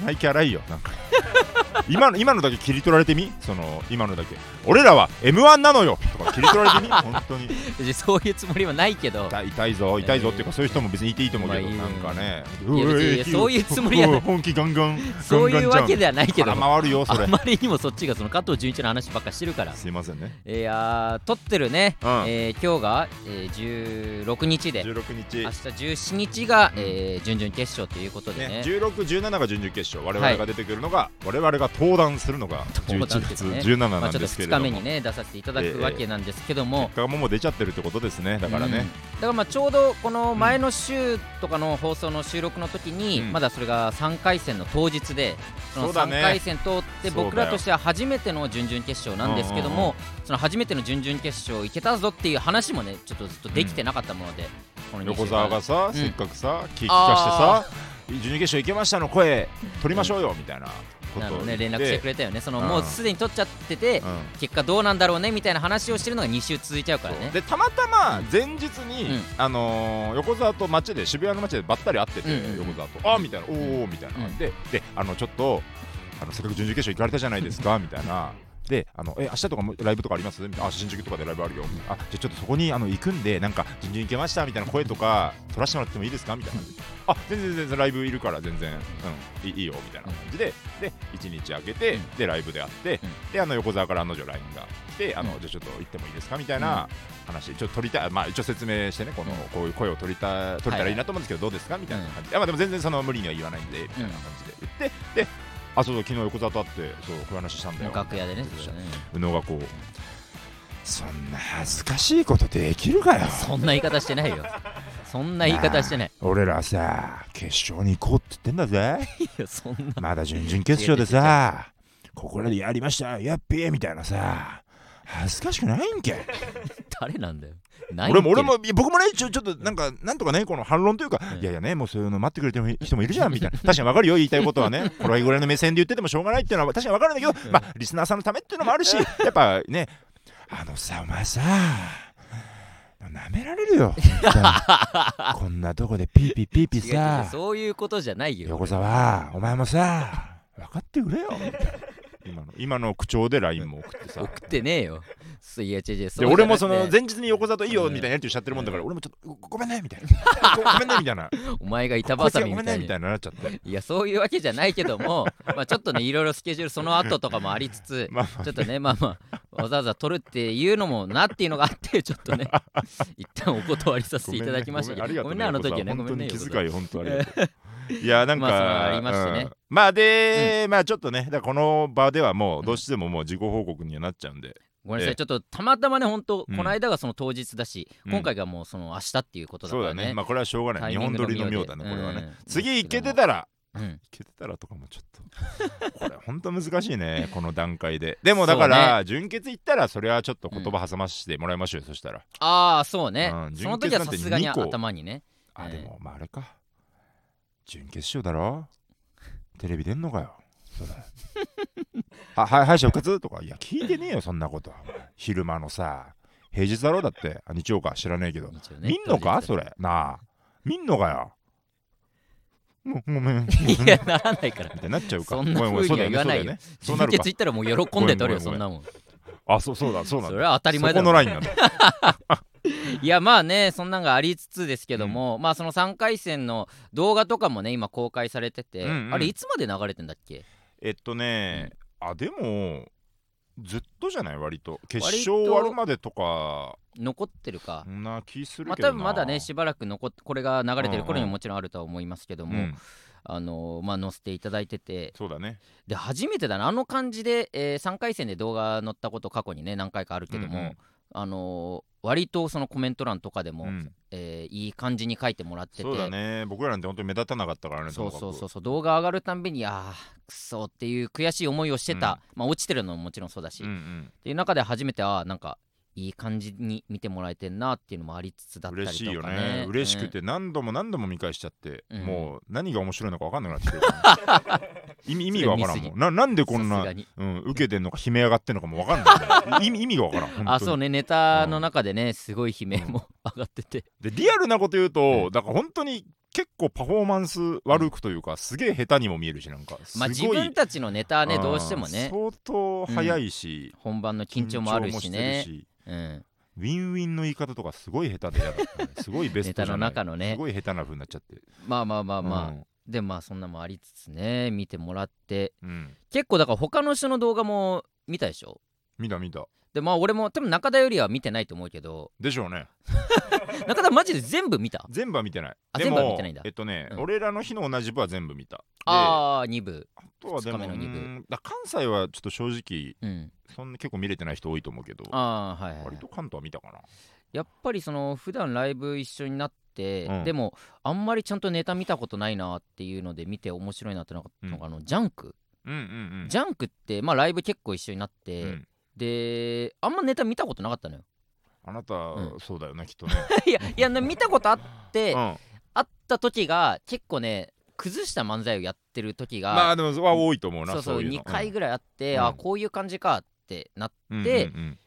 Speaker 2: 生意気荒いよなんか 今の今のだけ切り取られてみその今のだけ俺らは M1 なのよとか切り取られて み本当に
Speaker 1: 別にそういうつもりはないけど
Speaker 2: 痛い痛いぞ痛いぞっていうかそういう人も別にいていいと思うけど
Speaker 1: まあいい
Speaker 2: な
Speaker 1: よ
Speaker 2: んか
Speaker 1: い
Speaker 2: ね
Speaker 1: や別に
Speaker 2: うえ
Speaker 1: そういうつもりはない
Speaker 2: うん本気ガンガンガンガンじゃん
Speaker 1: そういうわけではない けど
Speaker 2: 空回るよそ
Speaker 1: あ
Speaker 2: れ
Speaker 1: んまりにもそっちがその加藤純一の話ばっかしてるから
Speaker 2: すいませんね
Speaker 1: いやー撮ってるね、
Speaker 2: うん
Speaker 1: えー今日が、えー16日で
Speaker 2: 16日
Speaker 1: 明日17日が、えー準々決勝ということでね
Speaker 2: ね、1617が準々決勝我々が出てくるのが、我々が登壇するのが
Speaker 1: 登壇
Speaker 2: 11
Speaker 1: です
Speaker 2: 月
Speaker 1: ね
Speaker 2: 17
Speaker 1: ま
Speaker 2: な
Speaker 1: あ、
Speaker 2: ん
Speaker 1: ちょっと
Speaker 2: ですけ
Speaker 1: 2
Speaker 2: れど
Speaker 1: 日
Speaker 2: も、
Speaker 1: 目にね出させていただくわけなんですけども、
Speaker 2: 結果がもう出ちゃってるってことですねだから
Speaker 1: うん
Speaker 2: ね、
Speaker 1: だからまあちょうどこの前の週とかの放送の収録の時に、
Speaker 2: うん
Speaker 1: まだそれが3回戦の当日でそ
Speaker 2: そ
Speaker 1: の
Speaker 2: うだね
Speaker 1: 3回戦通って
Speaker 2: そうだよ
Speaker 1: 僕らとしては初めての準々決勝なんですけど
Speaker 2: うんうん
Speaker 1: もその初めての準々決勝いけたぞっていう話もねちょっとずっとできてなかったもので、この二週
Speaker 2: 横
Speaker 1: 間
Speaker 2: 澤がさ、
Speaker 1: ん
Speaker 2: せっかくさ聞き化してさ準々決勝行けましたの声取りましょうよみたいなこ
Speaker 1: な
Speaker 2: と
Speaker 1: の
Speaker 2: を
Speaker 1: ね
Speaker 2: 言って
Speaker 1: 連絡してくれたよねその
Speaker 2: うん
Speaker 1: もうすでに取っちゃってて
Speaker 2: うん
Speaker 1: 結果どうなんだろうねみたいな話をしてるのが2週続いちゃうからね
Speaker 2: でたまたま前日に、
Speaker 1: うん
Speaker 2: あのー横澤と街で渋谷の街でばったり会ってて、
Speaker 1: うんうん
Speaker 2: 横澤と「あみたいな「おーおー」みたいな、
Speaker 1: うん
Speaker 2: でであのちょっとあのせっかく準々決勝行かれたじゃないです かみたいな。であのえ明日とかもライブとかありますみたいなあ新宿とかでライブあるよみたいなあじゃあちょっとそこにあの行くんでなんか準々行けましたみたいな声とか取らせてもらってもいいですかみたいなあ全然全然ライブいるから全然、うん、いいいいよみたいな感じでで1日空けて、
Speaker 1: うん
Speaker 2: でライブで会って、であの横澤から案の定 LINE が来てあの、
Speaker 1: うん
Speaker 2: じゃあちょっと行ってもいいですかみたいな話ちょっと取りたい、まあ、一応説明してねこのこういう声を取りた取れたらいいなと思うんですけど、どうですかみたいな感じで、あまあ、でも全然その無理には言わないんでみたいな感じで言って、であそうそう昨日横澤と会ってそうこういう話したんだよ
Speaker 1: 楽屋でね
Speaker 2: みたいな
Speaker 1: そうだね
Speaker 2: 宇野がこうそんな恥ずかしいことできるかよ
Speaker 1: そんな言い方してないよそんな言い方してない
Speaker 2: なあ俺らさ決勝に行こうって言 ってんだぜ
Speaker 1: いやそんな
Speaker 2: まだ準々決勝でさ、ここらでやりました、やっぴーみたいなさ、恥ずかしくないんけ。
Speaker 1: 誰なんだよない
Speaker 2: 俺も、
Speaker 1: んけ
Speaker 2: 俺も、いや僕もね、ちょちょっと、なんか、なんとかね、この反論というか、
Speaker 1: うん
Speaker 2: いやいやね、もうそういうの待ってくれてる人もいるじゃんみたい な、確かにわかるよ、言いたいことはね、これぐらいの目線で言っててもしょうがないっていうのは、確かにわかるんだけど、まあ、リスナーさんのためっていうのもあるし、やっぱね、あのさ、お前さ、なめられるよ、本 当にこんなとこでピーピーピーピー
Speaker 1: 違う違う
Speaker 2: さ。
Speaker 1: そういうことじゃないよ
Speaker 2: 横澤お前もさ分かってくれよみたいな今の今の口調で LINE も送ってさ
Speaker 1: 送ってねえよそういや違う違う
Speaker 2: で
Speaker 1: うじゃなくて
Speaker 2: 俺もその前日に横澤といいよみたいなやりとりしちゃってるもんだから俺もちょっとごごめんねみたいな ごごめんねみた いな
Speaker 1: お前が板
Speaker 2: こいつ
Speaker 1: 挟
Speaker 2: が
Speaker 1: み
Speaker 2: ごめ
Speaker 1: みたい
Speaker 2: んねみたい
Speaker 1: に
Speaker 2: になっちゃって
Speaker 1: いやそういうわけじゃないけども まあちょっとねいろいろスケジュールその後とかもありつつ
Speaker 2: まあまあ
Speaker 1: ちょっとねまあまあわざわざ取るっていうのもなっていうのがあってちょっとね 一旦お断りさせていただきましたけ
Speaker 2: ごめんね
Speaker 1: ど
Speaker 2: ご
Speaker 1: ご
Speaker 2: め
Speaker 1: め
Speaker 2: ん
Speaker 1: んねあの
Speaker 2: ねありがとう
Speaker 1: 時はね
Speaker 2: ね横
Speaker 1: ご
Speaker 2: 澤
Speaker 1: め
Speaker 2: 本
Speaker 1: ん
Speaker 2: 当
Speaker 1: ねよ
Speaker 2: に気遣い本当ありがとういやなんか、
Speaker 1: まあそのありましたね
Speaker 2: うんまあで、まあちょっとねだからこの場ではもうどうしてももう事後報告にはなっちゃうんで、
Speaker 1: ごめんなさ
Speaker 2: ええ
Speaker 1: いちょっとたまたまね本当こ
Speaker 2: うん
Speaker 1: の間がその当日だし
Speaker 2: うん
Speaker 1: 今回がもうその明日っていうことだ
Speaker 2: そう
Speaker 1: か
Speaker 2: だ
Speaker 1: ら
Speaker 2: ね
Speaker 1: ね
Speaker 2: まあこれはしょうがない
Speaker 1: タイ
Speaker 2: 日
Speaker 1: ミン
Speaker 2: 本
Speaker 1: グ
Speaker 2: 撮
Speaker 1: の妙で
Speaker 2: りの妙だねこれはね、
Speaker 1: うん
Speaker 2: 次行けてたら
Speaker 1: うん
Speaker 2: いけてたらとかもちょっとこれ本当難しいね この段階ででもだから、純潔行ったらそれはちょっと言葉挟ましてもらいましょうよ、そしたら
Speaker 1: ああそうね
Speaker 2: うん
Speaker 1: その時はさすがに
Speaker 2: 準決なんて二個
Speaker 1: 頭にね
Speaker 2: あ
Speaker 1: え
Speaker 2: で
Speaker 1: え
Speaker 2: もまああれか準決勝だろテレビ出んのかよ それははい敗者復活とかいや聞いてねえよそんなこと昼間のさ平日だろだってあ日曜か知らねえけど
Speaker 1: 一応ね
Speaker 2: 見んのか
Speaker 1: 当日
Speaker 2: それなあ見んのか よごごめん み
Speaker 1: いやならないから
Speaker 2: たいになっちゃうか
Speaker 1: そんな
Speaker 2: ごめご
Speaker 1: 風
Speaker 2: めそう
Speaker 1: に
Speaker 2: だ
Speaker 1: は
Speaker 2: ね
Speaker 1: 言わない
Speaker 2: そうだ
Speaker 1: よ
Speaker 2: ねそう
Speaker 1: 純
Speaker 2: なるか
Speaker 1: 血いったらもう喜んで取るよ
Speaker 2: ご
Speaker 1: そん
Speaker 2: めんご
Speaker 1: なもん
Speaker 2: あそうそうだそうなん
Speaker 1: そ
Speaker 2: だ
Speaker 1: れは当たり前だ
Speaker 2: そこの
Speaker 1: ろ
Speaker 2: ラインなんだ
Speaker 1: いやまあねそんなんがありつつですけども、まあその3回戦の動画とかもね今公開されてて、
Speaker 2: うんうん
Speaker 1: あれいつまで流れてんだっけ
Speaker 2: えっとね、あでもずっとじゃない割と決
Speaker 1: と
Speaker 2: 勝終わるまでとか
Speaker 1: 残ってるか
Speaker 2: そんな気する
Speaker 1: まあ
Speaker 2: けど
Speaker 1: 多
Speaker 2: な、
Speaker 1: 分まだねしばらく残っこれが流れてる頃に
Speaker 2: うん
Speaker 1: も
Speaker 2: うん
Speaker 1: もちろんあるとは思いますけど
Speaker 2: う
Speaker 1: も、
Speaker 2: ん
Speaker 1: あのまあ、載せていただいてて
Speaker 2: そうだね
Speaker 1: で初めてだなあの感じで、え3回戦で動画載ったこと過去にね何回かあるけども、
Speaker 2: うんうん
Speaker 1: あの割とそのコメント欄とかでも、
Speaker 2: うん
Speaker 1: えーいい感じに書いてもらってて
Speaker 2: そうだね僕らなんて本当に目立たなかったからね
Speaker 1: そうそうそううそう動画上がるたんびにあーくそっていう悔しい思いをしてた、まあ落ちてるのももちろんそうだし、
Speaker 2: うん
Speaker 1: っ
Speaker 2: うん
Speaker 1: ていう中で初めてあーなんかいい感じに見てもらえてんなっていうのもありつつだったりとか、
Speaker 2: 嬉
Speaker 1: ね、
Speaker 2: しいよね嬉しくて何度も何度も見返しちゃって、
Speaker 1: うん
Speaker 2: もう何が面白いのか分かんなくなってくる 意味意味が分からん
Speaker 1: それ見
Speaker 2: も
Speaker 1: す
Speaker 2: んななんで
Speaker 1: うん
Speaker 2: こん
Speaker 1: さす
Speaker 2: な
Speaker 1: が、に
Speaker 2: うん、受けてんのか悲鳴上がってんのかも分かんない意味意味が分からん本当に
Speaker 1: あそうねネタの中でね、すごい悲鳴も 上がってて
Speaker 2: でリアルなこと言うと、
Speaker 1: うん
Speaker 2: だから本当に結構パフォーマンス悪くというか、すげえ下手にも見えるしなんかす
Speaker 1: まあ
Speaker 2: ごい、
Speaker 1: 自分たちのネタはね
Speaker 2: うん
Speaker 1: どうしてもね
Speaker 2: 相当早いし、
Speaker 1: 本番の緊張もある
Speaker 2: 緊張も
Speaker 1: して
Speaker 2: る
Speaker 1: ね
Speaker 2: し
Speaker 1: うん、
Speaker 2: ウィンウィンの言い方とかすごい下手でやだったね すごいベス
Speaker 1: ネ
Speaker 2: ト
Speaker 1: タ
Speaker 2: じ
Speaker 1: の
Speaker 2: ゃない
Speaker 1: 中のね
Speaker 2: すごい下手な風になっちゃって
Speaker 1: まあまあまあまあ、
Speaker 2: うん
Speaker 1: でまあそんなもありつつね見てもらって
Speaker 2: うん、
Speaker 1: 結構だから他の人の動画も見たでしょ
Speaker 2: 見た見た
Speaker 1: でまあ俺も多分中田よりは見てないと思うけど
Speaker 2: でしょうね
Speaker 1: 中田マジで全部見た
Speaker 2: 全部は見てない
Speaker 1: あ
Speaker 2: でも
Speaker 1: 全部は見てないんだ
Speaker 2: えっとね、
Speaker 1: うん
Speaker 2: 俺らの日の同じ部は全部見たであ
Speaker 1: ああ2部
Speaker 2: とはでも
Speaker 1: 二日目の二部
Speaker 2: うんだ関西はちょっと正直
Speaker 1: うん
Speaker 2: そんな結構見れてない人多いと思うけど
Speaker 1: ああはい、はい
Speaker 2: 割と関東は見たかな
Speaker 1: やっぱりその普段ライブ一緒になって、
Speaker 2: うん
Speaker 1: でもあんまりちゃんとネタ見たことないなっていうので見て面白いなってなったのが、あのジャンク、
Speaker 2: うんうんうん
Speaker 1: ジャンクってまあライブ結構一緒になって、
Speaker 2: うん
Speaker 1: であんまネタ見たことなかったのよ
Speaker 2: あなた、
Speaker 1: う
Speaker 2: そうだよねきっとね、
Speaker 1: いやいやな見たことあって、
Speaker 2: うん
Speaker 1: あった時が結構ね崩した漫才をやってる時が、
Speaker 2: まあでもそれは多いと思うな
Speaker 1: そうそう
Speaker 2: い
Speaker 1: 2
Speaker 2: の
Speaker 1: 回ぐらいあって、
Speaker 2: うん
Speaker 1: あこういう感じかってな
Speaker 2: うん
Speaker 1: で
Speaker 2: うんうんうん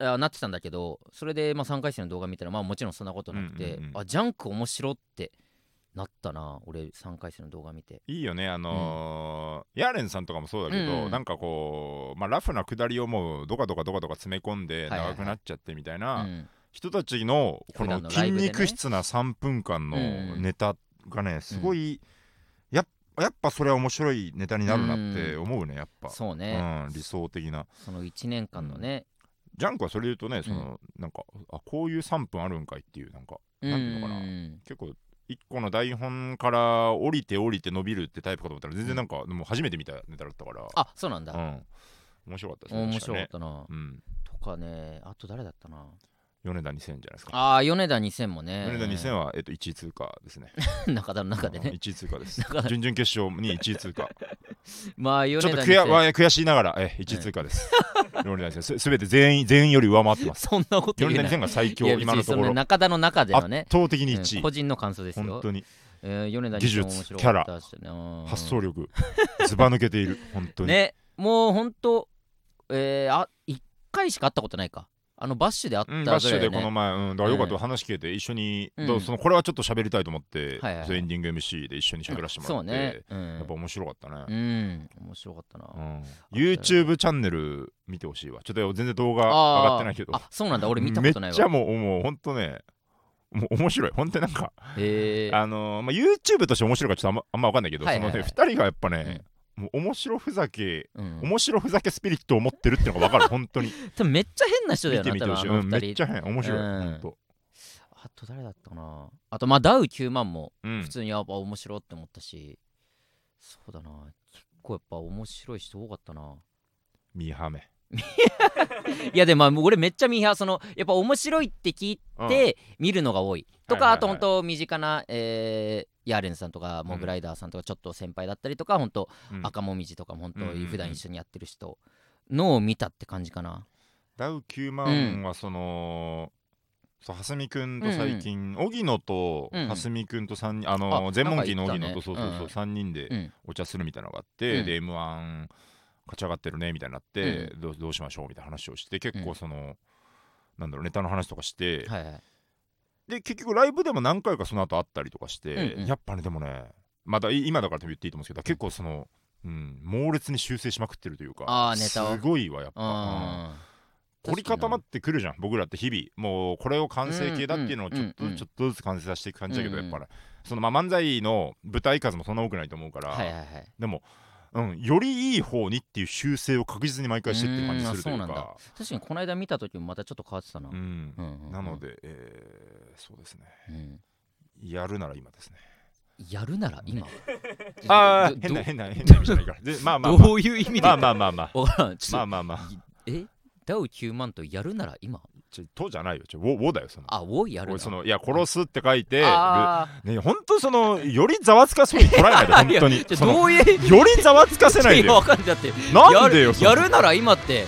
Speaker 1: あなってたんだけどそれでまあ3回戦の動画見たらまあもちろんそんなことなくて、
Speaker 2: うんうんうん
Speaker 1: あジャンク面白ってなったな俺3回戦の動画見て
Speaker 2: いいよねあのーヤーレンさんとかもそうだけど、
Speaker 1: うん
Speaker 2: なんかこう、まあ、ラフな下りをもうどかどかどかどか詰め込んで
Speaker 1: はいはいは
Speaker 2: 長
Speaker 1: い
Speaker 2: くなっちゃってみたいうなん人たちのこ
Speaker 1: 普段
Speaker 2: の
Speaker 1: のライ
Speaker 2: 筋
Speaker 1: ブでね
Speaker 2: 肉質な3分間の
Speaker 1: うん
Speaker 2: ネタがねすごい、やっやっぱそれは面白いネタになるなって思うねやっぱ、
Speaker 1: そう
Speaker 2: う
Speaker 1: ね、
Speaker 2: ん理想的な
Speaker 1: その1年間のね、
Speaker 2: ジャンクはそれで言うとねその、なんかあこういう3分あるんかいっていうなんか
Speaker 1: う
Speaker 2: うんんなんて結構一個の台本から降りて降りて伸びるってタイプかと思ったら全然なんか、でも初めて見たネタだったから
Speaker 1: あそうなんだ、
Speaker 2: うん面白かったですね
Speaker 1: 面白かっ
Speaker 2: ね
Speaker 1: たな、
Speaker 2: うん
Speaker 1: とかねあと誰だったな
Speaker 2: 米田2000じゃないですか
Speaker 1: ああ米田2000もね
Speaker 2: 米田2000は、えっと、1位通過ですね。
Speaker 1: うん 中田の中で
Speaker 2: うん
Speaker 1: ね
Speaker 2: 1位通過です
Speaker 1: 中。田
Speaker 2: 準々決勝に1位 通過。
Speaker 1: まあ米
Speaker 2: ち
Speaker 1: 田
Speaker 2: ょっと悔や
Speaker 1: 2000
Speaker 2: わ悔しいながら、え1位通過です。米田2000す、すべて全員全員より上回っ てます。
Speaker 1: そんなこと
Speaker 2: 米
Speaker 1: 言え
Speaker 2: 田
Speaker 1: ない
Speaker 2: 2000が最
Speaker 1: い
Speaker 2: 強、
Speaker 1: や別
Speaker 2: 今の
Speaker 1: に
Speaker 2: と
Speaker 1: そ
Speaker 2: こ
Speaker 1: の
Speaker 2: ろ。
Speaker 1: 中田の中での
Speaker 2: 圧
Speaker 1: ね
Speaker 2: 倒的に
Speaker 1: うん
Speaker 2: 1位
Speaker 1: 個。人の感想です
Speaker 2: 本
Speaker 1: よ
Speaker 2: 当に
Speaker 1: えー米田
Speaker 2: 技術
Speaker 1: にしても面白かったしね
Speaker 2: 発想力、 ずば抜けている、本当に。
Speaker 1: ねもう本当えー、あ1回しか会ったことないかあのバッシュで会った
Speaker 2: うん、
Speaker 1: ぐ
Speaker 2: バ
Speaker 1: ら
Speaker 2: ッシュ
Speaker 1: い、
Speaker 2: で
Speaker 1: ね、
Speaker 2: この前、うん、だからよかった、
Speaker 1: うん
Speaker 2: 話聞けて一緒に、
Speaker 1: うん
Speaker 2: どうそのこれはちょっと喋りたいと思って、
Speaker 1: はいはいはい
Speaker 2: そうエンディング MC で一緒に喋らせてもらって、
Speaker 1: そうね、うん、
Speaker 2: やっぱ面白かった
Speaker 1: う
Speaker 2: ね、
Speaker 1: ん面白かったな、
Speaker 2: う
Speaker 1: あ
Speaker 2: ん YouTube チャンネル見てほしいわちょっと全然動画上がってないけど
Speaker 1: ーあそうなんだ俺見たことない
Speaker 2: めっちゃ
Speaker 1: わ
Speaker 2: もうもうほんとねもう面白い本当になんか、
Speaker 1: へえ
Speaker 2: あのーまあ、YouTube として面白いかちょっとあんまあんま分かんないけど、
Speaker 1: はいはいはい
Speaker 2: そのね2人がやっぱね、もう面白ふざけ
Speaker 1: うん、
Speaker 2: 面白ふざけスピリットを持ってるっていうのが分かる本当に
Speaker 1: 多分めっちゃ変な人だ
Speaker 2: 見
Speaker 1: よ
Speaker 2: て
Speaker 1: な
Speaker 2: み
Speaker 1: 多
Speaker 2: て
Speaker 1: 分
Speaker 2: ほ
Speaker 1: あ
Speaker 2: しい、
Speaker 1: の
Speaker 2: うんめ
Speaker 1: 二人、
Speaker 2: っちゃ変面白い、
Speaker 1: うん
Speaker 2: ほんと
Speaker 1: あと誰だったかなあとまあダウ9万も
Speaker 2: うん
Speaker 1: 普通にやっぱ面白いって思ったし、そうだな結構やっぱ面白い人多かったな
Speaker 2: ミーハーめ
Speaker 1: いやでもまあ俺めっちゃミーハーそのやっぱ面白いって聞い
Speaker 2: うん
Speaker 1: て見るのが多いとか、
Speaker 2: はいはいはい
Speaker 1: あと本当身近な、えーヤーレンさんとかモグライダーさんとかちょっと先輩だったりとか本当
Speaker 2: うん
Speaker 1: 赤もみじとかも本当
Speaker 2: うんうんうん
Speaker 1: 普段一緒にやってる人のを見たって感じかな、
Speaker 2: ダウ9万はその、そう蓮見くんと最近、荻野と
Speaker 1: うんうん
Speaker 2: 蓮見くんと三人、あ
Speaker 1: あ
Speaker 2: のー全問記の荻野
Speaker 1: なん
Speaker 2: と
Speaker 1: か
Speaker 2: そ
Speaker 1: 言
Speaker 2: う
Speaker 1: っ
Speaker 2: そ
Speaker 1: た
Speaker 2: う
Speaker 1: ね
Speaker 2: そううん3人
Speaker 1: う
Speaker 2: で
Speaker 1: ん、
Speaker 2: お茶するみたいなのがあって、
Speaker 1: うん
Speaker 2: で m 1勝ち上がってるねみたいになって、どうどうしましょうみたいな話をして結構その、なんだろうネタの話とかして、
Speaker 1: はいはい
Speaker 2: で結局ライブでも何回かその後会ったりとかして、
Speaker 1: うんうん
Speaker 2: やっぱねでもねまだい今だから多分言っていいと思うんですけど結構その、うん、猛烈に修正しまくってるというか
Speaker 1: あーネタを
Speaker 2: すごいわやっぱ。うん凝り固ま
Speaker 1: っ
Speaker 2: ってくるじゃん僕らって日々もうこれを完成形だっていうのを
Speaker 1: うん
Speaker 2: ちょっと
Speaker 1: うんうん
Speaker 2: ちょっとずつ完成させていく感じだけど
Speaker 1: うん
Speaker 2: や
Speaker 1: うん
Speaker 2: っぱりそのまあ漫才の舞台数もそんな多くないと思うから、
Speaker 1: はいはいはい
Speaker 2: でも、うん、よりいい方にっていう修正を確実に毎回してってる感じするという
Speaker 1: うんあそうなん
Speaker 2: か
Speaker 1: だ確かにこの間見た時もまたちょっと変わってたな、
Speaker 2: うん
Speaker 1: うんうんうん
Speaker 2: なので、えーそうですね
Speaker 1: うん
Speaker 2: やるなら今ですね
Speaker 1: やるなら今
Speaker 2: ああ
Speaker 1: ど
Speaker 2: 変な変な変な意味じゃない からでまあまあま
Speaker 3: どういう意味で、
Speaker 2: あまあまあまあ
Speaker 1: わからんち
Speaker 2: ま
Speaker 1: ょっ
Speaker 2: あまあまあ
Speaker 1: とえダウ9万とやるなら今
Speaker 2: ちょ「と」じゃないよちょ「お」おだよその
Speaker 1: あをやる
Speaker 2: 俺
Speaker 1: な
Speaker 2: そのいや殺すって書いて
Speaker 1: あ
Speaker 2: るね本当そのよりざわつかそうに捉えない で本当に
Speaker 1: ーちょ
Speaker 2: その
Speaker 1: どういう
Speaker 2: よりざわつかせない
Speaker 1: い
Speaker 2: で
Speaker 1: や
Speaker 2: よ
Speaker 1: わかんないだって
Speaker 2: なんでよその
Speaker 1: やるやるなら今って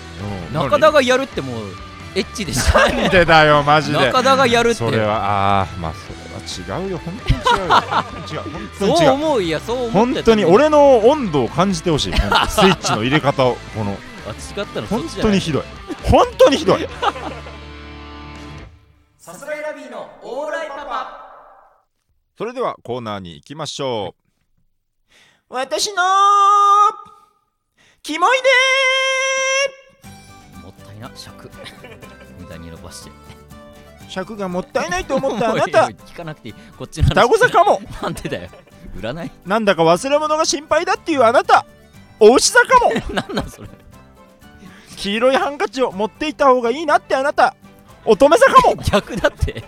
Speaker 2: うん
Speaker 1: 中田がやるってもうエッチでした
Speaker 2: 何でだよマジで
Speaker 1: 中田がやるって
Speaker 2: それはああまあそれは違うよ本当に違うよ本当に違う本当に違
Speaker 1: そう
Speaker 2: う
Speaker 1: 思ういやそう思って
Speaker 2: 本当に俺の温度を感じてほしい本当にスイッチの入れ方をこの
Speaker 1: あ違ったのそっ
Speaker 2: 本
Speaker 1: ちじゃ
Speaker 2: 当
Speaker 1: な
Speaker 2: に
Speaker 1: い
Speaker 2: ひどい本当にひどい
Speaker 1: さすが選びのオーライパパ
Speaker 2: それではコーナーに行きましょう。私のキモいで
Speaker 1: もったいな 尺無駄に伸ばして
Speaker 2: 尺がもったいないと思った
Speaker 1: も
Speaker 2: あ
Speaker 1: う
Speaker 2: ない
Speaker 1: いや
Speaker 2: た
Speaker 1: もう聞かなくていいこっちの話
Speaker 2: 双子座かも
Speaker 1: なんでだよ占い
Speaker 2: なんだか忘れ物が心配だっていうあなたお牛座かも
Speaker 1: なんなんそれ
Speaker 2: 黄色いハンカチを持っていった方がいいなってあなた乙女座かも
Speaker 1: 逆だって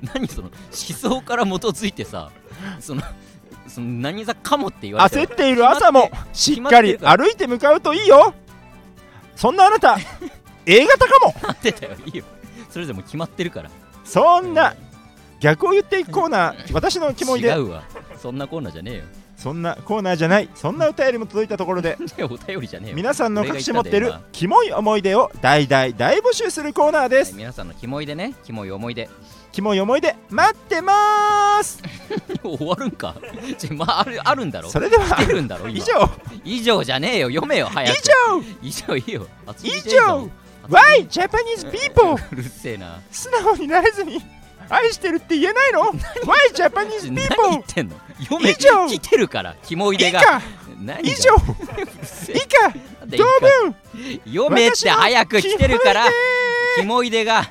Speaker 1: 何その思想から基づいてさそのその何座かもって言われて
Speaker 2: 焦っている朝もしっかり歩いて向かうといいよそんなあなた A 型かも
Speaker 1: なんでだよいいよそれでも決まってるから
Speaker 2: そんな逆を言っていくコーナー私のキモい
Speaker 1: 違
Speaker 2: で
Speaker 1: うわそんなコーナーじゃねえよ
Speaker 2: そんなコーナーじゃないそんなお便りも届いたところで
Speaker 1: いやお便りじゃねえよ
Speaker 2: 皆さんの隠し持って
Speaker 1: 俺
Speaker 2: る
Speaker 1: が言ったんだよ
Speaker 2: キモい思い出を大々大募集するコーナーで
Speaker 1: はい
Speaker 2: す
Speaker 1: 皆さんのキモいでねキモい思い出
Speaker 2: キモい思い出待ってます
Speaker 1: 終わるんかちょまああるあるんだろ
Speaker 2: それでは
Speaker 1: 来てるんだろ今
Speaker 2: 以上
Speaker 1: 以上じゃねえよ読めよ
Speaker 2: 以
Speaker 1: 早く
Speaker 2: 上
Speaker 1: 以上いいよ厚切り
Speaker 2: 以
Speaker 1: じゃねえんだも
Speaker 2: 上
Speaker 1: ん
Speaker 2: Why Japanese people
Speaker 1: うるせえな
Speaker 2: 素直になれずに愛してるって言えないの Why
Speaker 1: ち
Speaker 2: Japanese
Speaker 1: ょ何言
Speaker 2: people
Speaker 1: ってんの読め
Speaker 2: 以上
Speaker 1: 来てるからキモい
Speaker 2: 以
Speaker 1: でが
Speaker 2: 下
Speaker 1: 何が
Speaker 2: 以上
Speaker 1: うるせえ
Speaker 2: 以下
Speaker 1: なんで
Speaker 2: 当分
Speaker 1: 読めって早く来てるから
Speaker 2: 私の
Speaker 1: キモいでが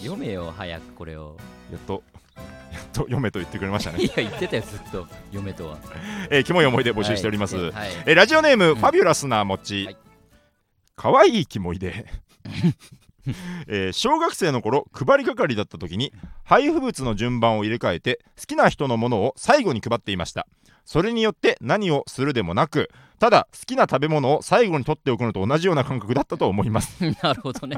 Speaker 1: 読めよ早くこれ を
Speaker 2: やっとやっと読めと言ってくれました
Speaker 1: い
Speaker 2: ね、
Speaker 1: や言ってたよずっと読めとは
Speaker 2: えーキモい思い出募集しております、
Speaker 1: はいはい
Speaker 2: えーラジオネーム、
Speaker 1: ん
Speaker 2: ファビュラスなもち、
Speaker 1: はい
Speaker 2: かわいいキモ いで、えー小学生の頃配り係だった時に配布物の順番を入れ替えて好きな人のものを最後に配っていましたそれによって何をするでもなくただ好きな食べ物を最後に取っておくのと同じような感覚だったと思います
Speaker 1: なるほどね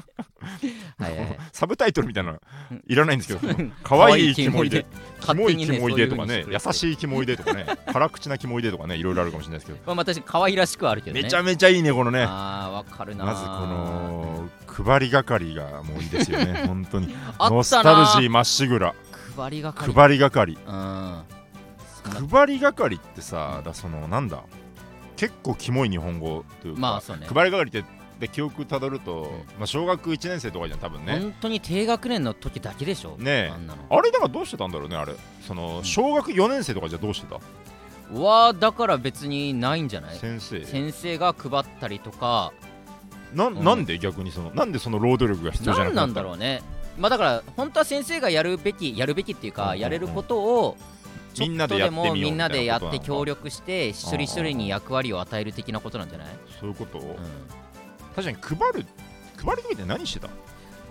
Speaker 1: はい はい
Speaker 2: サブタイトルみたいなのいらないんですけどか
Speaker 1: 可
Speaker 2: わ
Speaker 1: 愛
Speaker 2: いいキモいでキ
Speaker 1: 勝
Speaker 2: モ
Speaker 1: 手
Speaker 2: い
Speaker 1: に
Speaker 2: キ
Speaker 1: ね
Speaker 2: モいでとか
Speaker 1: そういう
Speaker 2: ね
Speaker 1: 風に
Speaker 2: 優
Speaker 1: してくれて
Speaker 2: しいキモいでとかね辛口なキモいでとかねいろいろあるかもしれないですけど
Speaker 1: まあまあ確かに可愛らしくはあるけどね
Speaker 2: めちゃめちゃいいねこのね
Speaker 1: ああわかるな
Speaker 2: まずこの配り係がもういいですよ ね本当に
Speaker 1: あったな
Speaker 2: ノスタルジーまっしぐら
Speaker 1: 配りがかり
Speaker 2: 配り係
Speaker 1: うん
Speaker 2: 配り係ってさだそのなんだ結構キモい日本語というか、
Speaker 1: まあそうね
Speaker 2: 配り係ってで記憶たどると、まあ、小学1年生とかじゃん多分ね、
Speaker 1: 本当に低学年の時だけでしょ
Speaker 2: ねえ
Speaker 1: あんなの
Speaker 2: あれだからどうしてたんだろうねあれその
Speaker 1: ん
Speaker 2: 小学4年生とかじゃどうしてた、
Speaker 1: うわーだから別にないんじゃない
Speaker 2: 先生
Speaker 1: 先生が配ったりとか
Speaker 2: な
Speaker 1: うん
Speaker 2: なんで逆にそのなんでその労働力が必要じゃな
Speaker 1: 何
Speaker 2: くな
Speaker 1: な
Speaker 2: った
Speaker 1: んだろうねまあだから本当は先生がやるべきやるべきっていう
Speaker 2: うんうん
Speaker 1: か
Speaker 2: うん
Speaker 1: やれることをちょ
Speaker 2: みんな
Speaker 1: っ
Speaker 2: で
Speaker 1: と
Speaker 2: や
Speaker 1: で
Speaker 2: ってみよう
Speaker 1: もみんなでや
Speaker 2: み
Speaker 1: った
Speaker 2: い
Speaker 1: て
Speaker 2: ことな
Speaker 1: 協
Speaker 2: の
Speaker 1: 力して一人一人に役割を与える的なことなんじゃない
Speaker 2: そういうこと、
Speaker 1: うん
Speaker 2: 確かに配る配り組って何してた
Speaker 1: か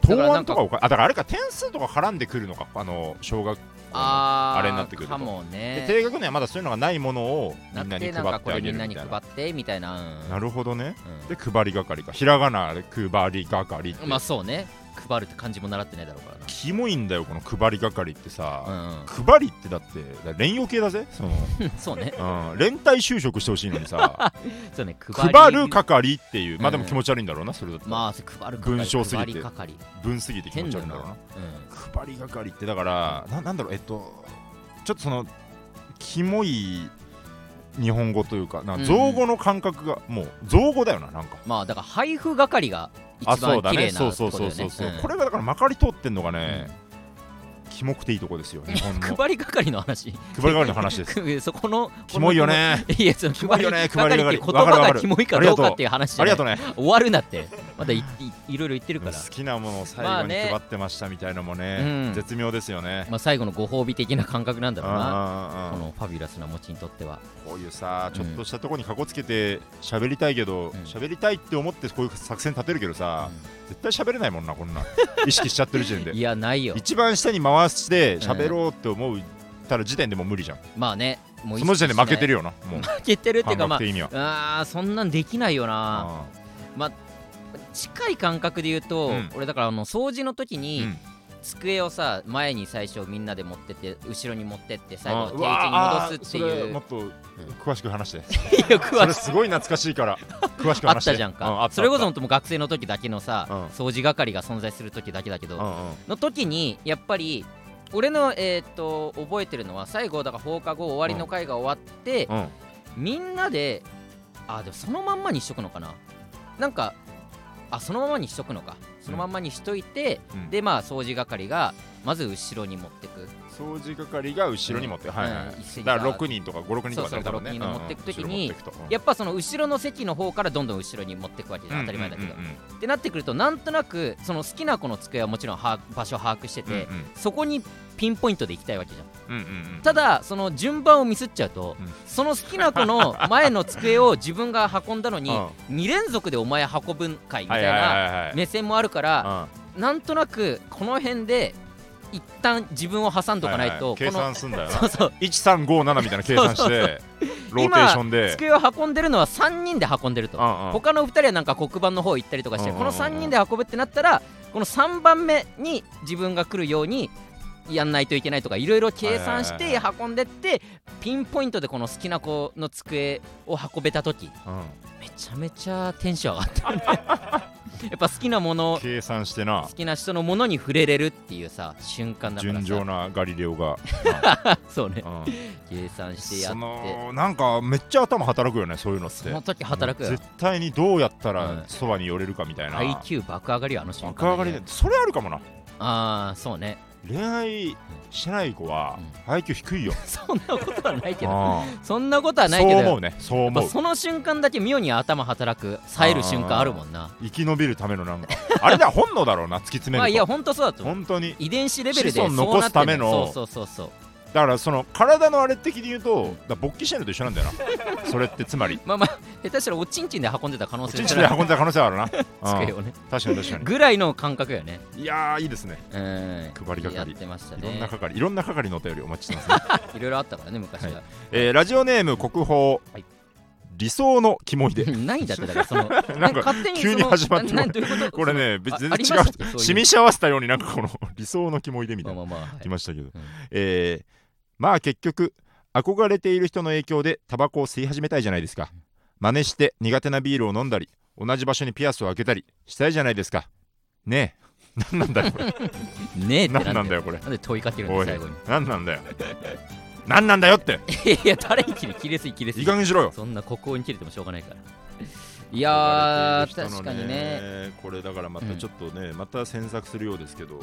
Speaker 2: 答
Speaker 1: らなん
Speaker 2: 案
Speaker 1: か
Speaker 2: とかをかあだからあれか点数とか絡んでくるのかあの小学校の
Speaker 1: あー
Speaker 2: あれになってくると
Speaker 1: かも
Speaker 2: で
Speaker 1: ね
Speaker 2: 低学年はまだそういうのがないものをみ
Speaker 1: なん
Speaker 2: なに
Speaker 1: くて
Speaker 2: 配
Speaker 1: なんか
Speaker 2: っ
Speaker 1: こ
Speaker 2: てあ
Speaker 1: れ
Speaker 2: げ
Speaker 1: みん
Speaker 2: る
Speaker 1: な
Speaker 2: み
Speaker 1: に
Speaker 2: たい
Speaker 1: 配
Speaker 2: な
Speaker 1: ってみたいなうん
Speaker 2: なるほどね
Speaker 1: うん
Speaker 2: で配り係かひらがなで配り係って、
Speaker 1: まあそうね配るって漢字も習ってないだろうからな
Speaker 2: キモいんだよこの配り係ってさ、
Speaker 1: うんうん
Speaker 2: 配りってだってだから連用系だぜその、
Speaker 1: そうね
Speaker 2: うん、連帯就職してほしいのにさ
Speaker 1: そうね配り
Speaker 2: 配る係っていうまあでも
Speaker 1: うん
Speaker 2: 気持ち悪いんだろうなそれだと、
Speaker 1: まあそう配る係
Speaker 2: 文章すぎて
Speaker 1: 配り係
Speaker 2: 分すぎて気持
Speaker 1: 変
Speaker 2: ち
Speaker 1: だ
Speaker 2: 悪い
Speaker 1: よ
Speaker 2: んだ
Speaker 1: な
Speaker 2: ろうな
Speaker 1: うん
Speaker 2: 配り係ってだからななんだろうえっとちょっとそのキモい日本語というかなんか造語の感覚が、もう造語だよななんか
Speaker 1: まあだから配布係が一番
Speaker 2: あそうだ
Speaker 1: 綺
Speaker 2: ね
Speaker 1: 麗
Speaker 2: そ
Speaker 1: な
Speaker 2: うそう
Speaker 1: とこだ
Speaker 2: そう
Speaker 1: よ
Speaker 2: そう
Speaker 1: ね
Speaker 2: そう、
Speaker 1: うん
Speaker 2: これがだからまかり通ってんのがね、キモくていいとこですよ日本の配
Speaker 1: 配り係の話
Speaker 2: り係の話です
Speaker 1: そ この
Speaker 2: キモいよね
Speaker 1: いやその
Speaker 2: キモいよね
Speaker 1: 配り係って言
Speaker 2: 配り係わか
Speaker 1: 葉
Speaker 2: るわか
Speaker 1: が
Speaker 2: る
Speaker 1: キモいかどうかっていう話じゃ
Speaker 2: あり
Speaker 1: ない
Speaker 2: がとうね
Speaker 1: 終わるなってまだいいいろいろ言ってる
Speaker 2: 好
Speaker 1: から
Speaker 2: きなものを最
Speaker 1: まあ
Speaker 2: 後に
Speaker 1: ね
Speaker 2: 配ってましたみたいのもね,、
Speaker 1: うん
Speaker 2: 絶妙ですよね、
Speaker 1: まあ最後のご褒美的な感覚なんだろうな
Speaker 2: あ
Speaker 1: こ
Speaker 2: あ
Speaker 1: のファビュラスな持ちにとっては
Speaker 2: こういうさちょっとしたとこにかこつけて喋りたいけど
Speaker 1: ん
Speaker 2: 喋、りたいって思ってこういう作戦立てるけどさ、絶対喋れないもん なこんなん意識しちゃってる時点で
Speaker 1: いやないよ
Speaker 2: 一番下に回して
Speaker 1: ん
Speaker 2: 喋ろうって思うたる時点でもう無理じゃん
Speaker 1: まあねもう
Speaker 2: その時点で負けて
Speaker 1: る
Speaker 2: るよなもう
Speaker 1: 負けてるっていう
Speaker 2: 感
Speaker 1: かま
Speaker 2: 覚的には、
Speaker 1: ああーそんなんできないよな近い感覚で言うと、
Speaker 2: うん
Speaker 1: 俺だからあの掃除の時
Speaker 2: うんう
Speaker 1: に
Speaker 2: ん
Speaker 1: 机をさ前に最初みんなで持ってって後ろに持ってって最
Speaker 2: あ
Speaker 1: 後
Speaker 2: ー
Speaker 1: 定
Speaker 2: う
Speaker 1: 位
Speaker 2: わ
Speaker 1: 置に戻す
Speaker 2: ー
Speaker 1: ってい
Speaker 2: それ
Speaker 1: う
Speaker 2: もっと詳しく話して
Speaker 1: いや 詳
Speaker 2: そ
Speaker 1: し
Speaker 2: れすごい懐かし いから詳しく
Speaker 1: あっ
Speaker 2: 話して
Speaker 1: たじゃん
Speaker 2: うあ
Speaker 1: か
Speaker 2: った
Speaker 1: それこそ
Speaker 2: あっ
Speaker 1: 本当もう学生の時だけのさ、
Speaker 2: うん
Speaker 1: 掃除係が存在する時だけだけ
Speaker 2: た
Speaker 1: ど、
Speaker 2: うんうん
Speaker 1: の時にやっぱり俺の、えーっと覚えてるのは最後だから放課後終わりの会が終わって、
Speaker 2: うん
Speaker 1: みんなであでもそのまんまにしとくのかななんかあそのままにしとくのかそのまんまにしといて、
Speaker 2: うん
Speaker 1: でまあ掃除係がまず後ろに持ってく
Speaker 2: 掃除係が後ろに持って、
Speaker 1: うん
Speaker 2: はいはい、は
Speaker 1: うん一斉
Speaker 2: い、
Speaker 1: に
Speaker 2: だから6人とか56人とか
Speaker 1: そうそう
Speaker 2: 多分ね
Speaker 1: 6人の持ってく時に
Speaker 2: うんうん後ろ持ってくとうん
Speaker 1: やっぱその後ろの席の方からどんどん後ろに持ってくわけじゃん当たり前だけど、
Speaker 2: うんうんうん
Speaker 1: ってなってくるとなんとなくその好きな子の机はもちろん把握場所を把握してて、そこにピンポイントで行きたいわけじゃん
Speaker 2: うんうんうんうん
Speaker 1: ただその順番をミスっちゃうと、
Speaker 2: うん
Speaker 1: その好きな子の前の机を自分が運んだのに
Speaker 2: う
Speaker 1: 2連続でお前運ぶんかいみ
Speaker 2: は
Speaker 1: たい
Speaker 2: いはい
Speaker 1: な
Speaker 2: はいはい
Speaker 1: 目線もあるからなんとなくこの辺で一旦自分を挟んどかない
Speaker 2: は
Speaker 1: と
Speaker 2: は計
Speaker 1: この
Speaker 2: 算すんだよな
Speaker 1: そうそう
Speaker 2: 1357みたいな計算し
Speaker 1: そうそう
Speaker 2: てローテーションで
Speaker 1: 机を運んでるのは3人で運んでると
Speaker 2: うんうん
Speaker 1: 他の2人はなんか黒板の方行ったりとかして
Speaker 2: うん
Speaker 1: この3人で運ぶってなったらこの3番目に自分が来るようにやんないといけないとかいろいろ計算し
Speaker 2: は
Speaker 1: て運んでってピンポイントでこの好きな子の机を運べた時
Speaker 2: うん
Speaker 1: めちゃめちゃテンション上がっ たねやっぱ好きなもの
Speaker 2: 計算してな
Speaker 1: 好きな人のものに触れれるっていうさ瞬間だからさ
Speaker 2: 純情なガリレオが、
Speaker 1: そうね
Speaker 2: うん
Speaker 1: 計算してやっ
Speaker 2: そ
Speaker 1: て
Speaker 2: のなんかめっちゃ頭働くよねそういうのっ
Speaker 1: そ
Speaker 2: て
Speaker 1: の時働くよ
Speaker 2: 絶対にどうやった
Speaker 1: うん
Speaker 2: らそばに寄れるかみたいな、
Speaker 1: IQ 爆上がりよあの瞬間
Speaker 2: 爆上がりでそれあるかもな
Speaker 1: ああそうね
Speaker 2: 恋愛してない子は、IQ 低いよ、
Speaker 1: そんなことはないけど
Speaker 2: あ
Speaker 1: そんなことは
Speaker 2: あ
Speaker 1: な
Speaker 2: そ
Speaker 1: いうけど
Speaker 2: 思うねそう
Speaker 1: やっ
Speaker 2: 思
Speaker 1: ぱ
Speaker 2: う
Speaker 1: その瞬間だけ妙に頭働く冴える瞬間あるもんな
Speaker 2: 生き延びるためのなんかあれだ本能だろうな突き詰めると、
Speaker 1: まあいやほんとそうだと思う
Speaker 2: 本当に
Speaker 1: 遺伝子レベルで
Speaker 2: 子
Speaker 1: そう
Speaker 2: 孫
Speaker 1: なってん
Speaker 2: 残すための
Speaker 1: だよそうそうそうそう
Speaker 2: だからその体のあれ的に言うとだから勃起してるのと一緒なんだよなそれってつ まり
Speaker 1: まあまあ下手したらおちんちんで運んでた可能性
Speaker 2: 一日
Speaker 1: す
Speaker 2: で
Speaker 1: ら
Speaker 2: 運んだ可能性はあ るな
Speaker 1: 机
Speaker 2: うん
Speaker 1: をね
Speaker 2: 確かに確かに
Speaker 1: ぐらいの感覚よね
Speaker 2: いやーいいですね
Speaker 1: うん
Speaker 2: 配り係
Speaker 1: やってました
Speaker 2: いろん
Speaker 1: ね
Speaker 2: な係いろんな係のお便りお待ちしてます、ね
Speaker 1: いろいろあったからね昔は
Speaker 2: えーラジオネーム国宝、
Speaker 1: はい
Speaker 2: 理想のキモ いで
Speaker 1: ないんだってだからその
Speaker 2: な
Speaker 1: なんん
Speaker 2: か
Speaker 1: か勝手にそ
Speaker 2: 急
Speaker 1: の
Speaker 2: に始まって
Speaker 1: ななどういうこと
Speaker 2: これね別
Speaker 1: あ
Speaker 2: 全
Speaker 1: あり
Speaker 2: 然違
Speaker 1: ま
Speaker 2: う
Speaker 1: したっけそういう
Speaker 2: 示し合わせたようになんかこの理想のキモいでみ
Speaker 1: そ
Speaker 2: たい
Speaker 1: の
Speaker 2: な、
Speaker 1: まあまあまあはい
Speaker 2: 来ましたけ
Speaker 1: う
Speaker 2: ど、
Speaker 1: ん
Speaker 2: えーまあ結局憧れている人の影響でタバコを吸い始めたいじゃないですか真似して苦手なビールを飲んだり同じ場所にピアスを開けたりしたいじゃないですかねえ何なんだよこれ
Speaker 1: ねえって
Speaker 2: 何なんだ
Speaker 1: よ
Speaker 2: よこれ
Speaker 1: なんで問いかけるん
Speaker 2: お
Speaker 1: だ
Speaker 2: い
Speaker 1: 最後に
Speaker 2: 何なんだよ何なんだよって
Speaker 1: いやいや誰に切れ切れすぎ切れすぎ
Speaker 2: いい加減にしろよ
Speaker 1: そんな国王に切れてもしょうがない から。いやー、確かにね。
Speaker 2: これだからまた
Speaker 1: うん
Speaker 2: ちょっとね、また詮索するようですけど、
Speaker 1: う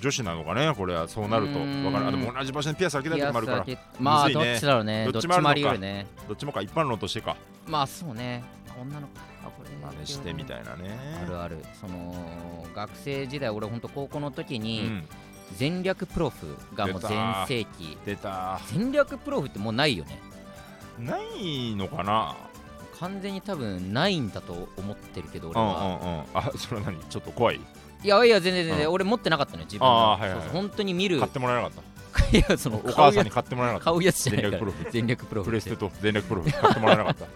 Speaker 2: 女子なのかねこれはそうなると
Speaker 1: う
Speaker 2: わ
Speaker 1: ーん
Speaker 2: からんでも同じ場所にピアス開けたりとかもあるから
Speaker 1: いやまあ、
Speaker 2: むずい
Speaker 1: ど
Speaker 2: ね
Speaker 1: っちだろうね。
Speaker 2: ど
Speaker 1: ど
Speaker 2: っ
Speaker 1: っち
Speaker 2: ちもあるの
Speaker 1: も
Speaker 2: か
Speaker 1: あり得るね。
Speaker 2: どっちもか一般論としてか
Speaker 1: まあ、そうね。女の子あこれ
Speaker 2: 真似してみたいなね
Speaker 1: あるある。その、学生時代、俺、ほんと高校の時
Speaker 2: う
Speaker 1: に、
Speaker 2: ん、
Speaker 1: 全略プロフがもう
Speaker 2: 出た
Speaker 1: 全
Speaker 2: ー
Speaker 1: 盛期。
Speaker 2: 出た
Speaker 1: 全略プロフってもうないよね。
Speaker 2: ないのかな
Speaker 1: 完全に多分ないんだと思ってるけど、
Speaker 2: うん
Speaker 1: 俺
Speaker 2: うんう
Speaker 1: は。
Speaker 2: んあそれは何ちょっと怖い
Speaker 1: いやいや、全然全
Speaker 2: う
Speaker 1: 然、俺持ってなかったのよ、自分
Speaker 2: あーはいはい
Speaker 1: は。
Speaker 2: は
Speaker 1: そ
Speaker 2: い
Speaker 1: そ
Speaker 2: う
Speaker 1: う本当に見る
Speaker 2: 買っ、てもらえなかっ
Speaker 1: いや、そ
Speaker 2: た
Speaker 1: の、
Speaker 2: お
Speaker 1: 買
Speaker 2: 母
Speaker 1: う
Speaker 2: さ
Speaker 1: や
Speaker 2: んに買ってもらえなか
Speaker 1: 買
Speaker 2: っ
Speaker 1: うやつじ
Speaker 2: た
Speaker 1: ゃな
Speaker 2: 全
Speaker 1: い
Speaker 2: 力
Speaker 1: か
Speaker 2: プ
Speaker 1: ら
Speaker 2: ロ。フ
Speaker 1: 全力プロフ
Speaker 2: プ
Speaker 1: って
Speaker 2: レステと全力プロフ買ってもらえなかった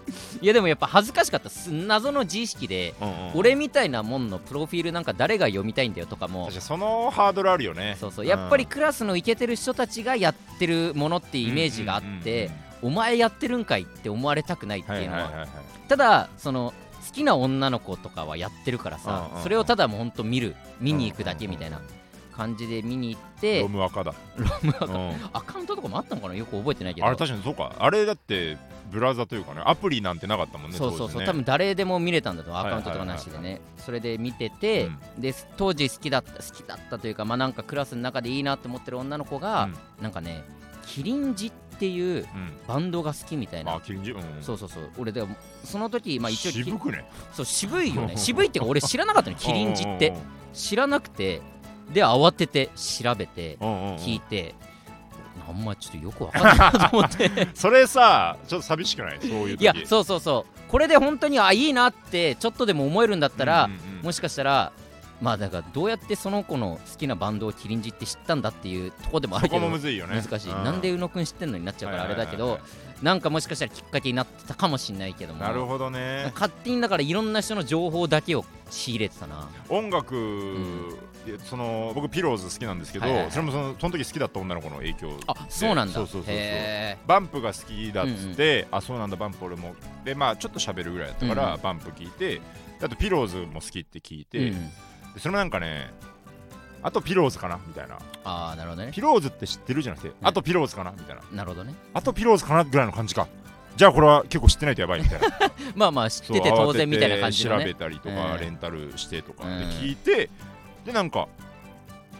Speaker 1: いやでもやっぱ恥ずかしかったっす謎の自意識で、
Speaker 2: うんうん
Speaker 1: 俺みたいなもんのプロフィールなんか誰が読みたいんだよとかも
Speaker 2: 確かにそのハードルあるよね
Speaker 1: そうそうやっぱり
Speaker 2: ん
Speaker 1: クラスのイケてる人たちがやってるものってイメージがあって、
Speaker 2: うんうんうん
Speaker 1: お前やってるんかいって思われたくないって
Speaker 2: はいいうは
Speaker 1: の
Speaker 2: い
Speaker 1: は,、
Speaker 2: はいはい
Speaker 1: ただその好きな女の子とかはやってるからさ、
Speaker 2: うんうんうん
Speaker 1: それをただもうほんと見る見に行くだけみたいな感じで見に行って、
Speaker 2: ロム赤だうん
Speaker 1: アカウントとかもあったのかなよく覚えてないけど
Speaker 2: あれ確かにそうかあれだってブラウザというかねアプリなんてなかったもんね
Speaker 1: そうそうそう、
Speaker 2: 当
Speaker 1: 多
Speaker 2: 時ね
Speaker 1: 分誰でも見れたんだとアカウントとか
Speaker 2: はいはいはい
Speaker 1: な
Speaker 2: はい
Speaker 1: しでね、それで見てて、で当時好きだった好きだったというかまあなんかクラスの中でいいなって思ってる女の子が、なんかねキリンジっていう
Speaker 2: うん
Speaker 1: バンドが好きみたい
Speaker 2: うんあ
Speaker 1: な
Speaker 2: キリンジうん
Speaker 1: そうそうそう俺でもその時まあ一応き
Speaker 2: 渋くね
Speaker 1: そう渋いよ ね渋いっていうか俺知らなかったのキリンジって知らなくてで慌てて調べて
Speaker 2: うんうんうんうんうん
Speaker 1: 聞いてあんまちょっとよくわかんないなと思って
Speaker 2: それさちょっと寂しくないそういう時
Speaker 1: いやそうそうそうこれで本当にあいいなってちょっとでも思えるんだったら、
Speaker 2: うんうんうん
Speaker 1: もしかしたらまあだからどうやってその子の好きなバンドをキリンジって知ったんだっていうとこでもあ
Speaker 2: そ
Speaker 1: るけ
Speaker 2: こ
Speaker 1: ど
Speaker 2: もむずいよね
Speaker 1: 難しい、
Speaker 2: うん
Speaker 1: なんで宇野くん知ってんのになっちゃうからあれだけど、
Speaker 2: はいはいは
Speaker 1: なんかもしかしたらきっかけになってたかもしれないけども
Speaker 2: いはいなるほどね
Speaker 1: 勝手にだからいろんな人の情報だけを仕入れてたな
Speaker 2: 音楽、
Speaker 1: ん
Speaker 2: いやその僕ピローズ好きなんですけど、
Speaker 1: はいはいはい
Speaker 2: それもそのその時好きだった女の子の影響で
Speaker 1: あそうなんだ
Speaker 2: そうそうそうそう
Speaker 1: へ
Speaker 2: バンプが好きだっつって、あそうなんだバンプ俺もでまあちょっと喋るぐらいだったから、
Speaker 1: うんう
Speaker 2: バンプ聞いてあとピローズも好きって聞いて、
Speaker 1: え、うん、
Speaker 2: でそれもなんかねあとピローズかなみたいな
Speaker 1: ああなるほどね
Speaker 2: ピローズって知ってるじゃなくて、あとピローズかなみたいな
Speaker 1: なるほどね
Speaker 2: あとピローズかなぐらいの感じかじゃあこれは結構知ってないとやばいみたいな
Speaker 1: まあまあ知ってて
Speaker 2: そう
Speaker 1: 当然みたいな感じの
Speaker 2: 慌てて
Speaker 1: ね
Speaker 2: 調べたりとか、
Speaker 1: うん
Speaker 2: レンタルしてとかで
Speaker 1: うん
Speaker 2: 聞いて、でなんか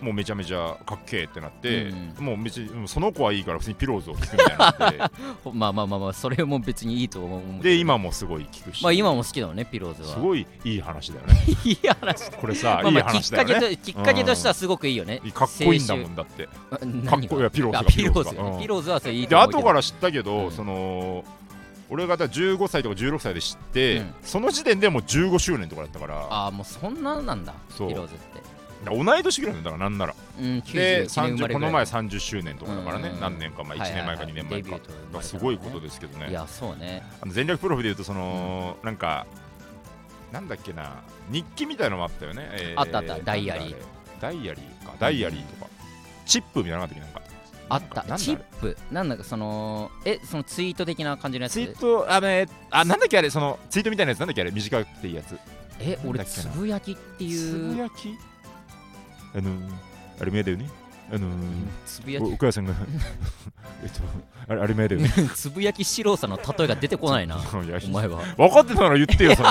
Speaker 2: もうめちゃめちゃかっけえってなって、
Speaker 1: う
Speaker 2: もう別にうんその子はいいから普通にピローズを聞くみたいになって
Speaker 1: ほまあまあまあまあそれも別にいいと思うけど
Speaker 2: で今もすごい聞くし、
Speaker 1: まあ今も好きだもんねピローズは
Speaker 2: すごいいい話だよね
Speaker 1: いい話
Speaker 2: これ さ、
Speaker 1: まあま
Speaker 2: い
Speaker 1: あ
Speaker 2: い
Speaker 1: きっ
Speaker 2: 話だ
Speaker 1: か
Speaker 2: よ
Speaker 1: け
Speaker 2: ね
Speaker 1: ときっかけとしてはすごくいいよね
Speaker 2: かっこいいんだも
Speaker 1: ん
Speaker 2: んだって
Speaker 1: かっ
Speaker 2: かっこいいいやピローズ
Speaker 1: あ
Speaker 2: が
Speaker 1: ピローズ
Speaker 2: が
Speaker 1: ね
Speaker 2: うん
Speaker 1: ピローズはそれいい
Speaker 2: で
Speaker 1: と思うけど
Speaker 2: 後から知ったけど、
Speaker 1: うん
Speaker 2: その俺がだから15歳とか16歳で知って、
Speaker 1: うん
Speaker 2: その時点でもう15周年とかだったから
Speaker 1: ああもうそんななんだピ
Speaker 2: そ
Speaker 1: ロ
Speaker 2: う
Speaker 1: ーズって
Speaker 2: 同い年ぐらいなんだからなんなら
Speaker 1: うん
Speaker 2: で
Speaker 1: 91年生ま
Speaker 2: 30
Speaker 1: れ
Speaker 2: こ
Speaker 1: ぐら
Speaker 2: の
Speaker 1: い
Speaker 2: 前30周年とかだからね、
Speaker 1: うん
Speaker 2: 何年か前1年前か2年前か、
Speaker 1: はいはいはいデビューと生まれた
Speaker 2: だからすごいことですけど
Speaker 1: い
Speaker 2: ね
Speaker 1: やそうね
Speaker 2: あの全略プロフでいうとその、なんかなんだっけな日記みたいなのもあったよね、え
Speaker 1: あったあったダイアリー
Speaker 2: なんだあれダイアリーかダイアリーとか、チップみたいなのがあったっけなんか
Speaker 1: あっ
Speaker 2: なんか
Speaker 1: たチップなんだかそのえそのツイート的な感じのやつ
Speaker 2: ツイートあねあなんだっけあれそのツイートみたいなやつなんだっけあれ短くていいやつ
Speaker 1: え
Speaker 2: な
Speaker 1: 俺
Speaker 2: んだっけ
Speaker 1: つ
Speaker 2: な
Speaker 1: ぶやきって
Speaker 2: つぶ
Speaker 1: いう
Speaker 2: やきあのー、あれ名だよねあのー、
Speaker 1: つぶや
Speaker 2: お
Speaker 1: き
Speaker 2: お母さんがえっとあれあれ名だよね
Speaker 1: つぶやき四郎さんの例えが出てこないな
Speaker 2: いや
Speaker 1: お前は
Speaker 2: 分かってたなら言ってよその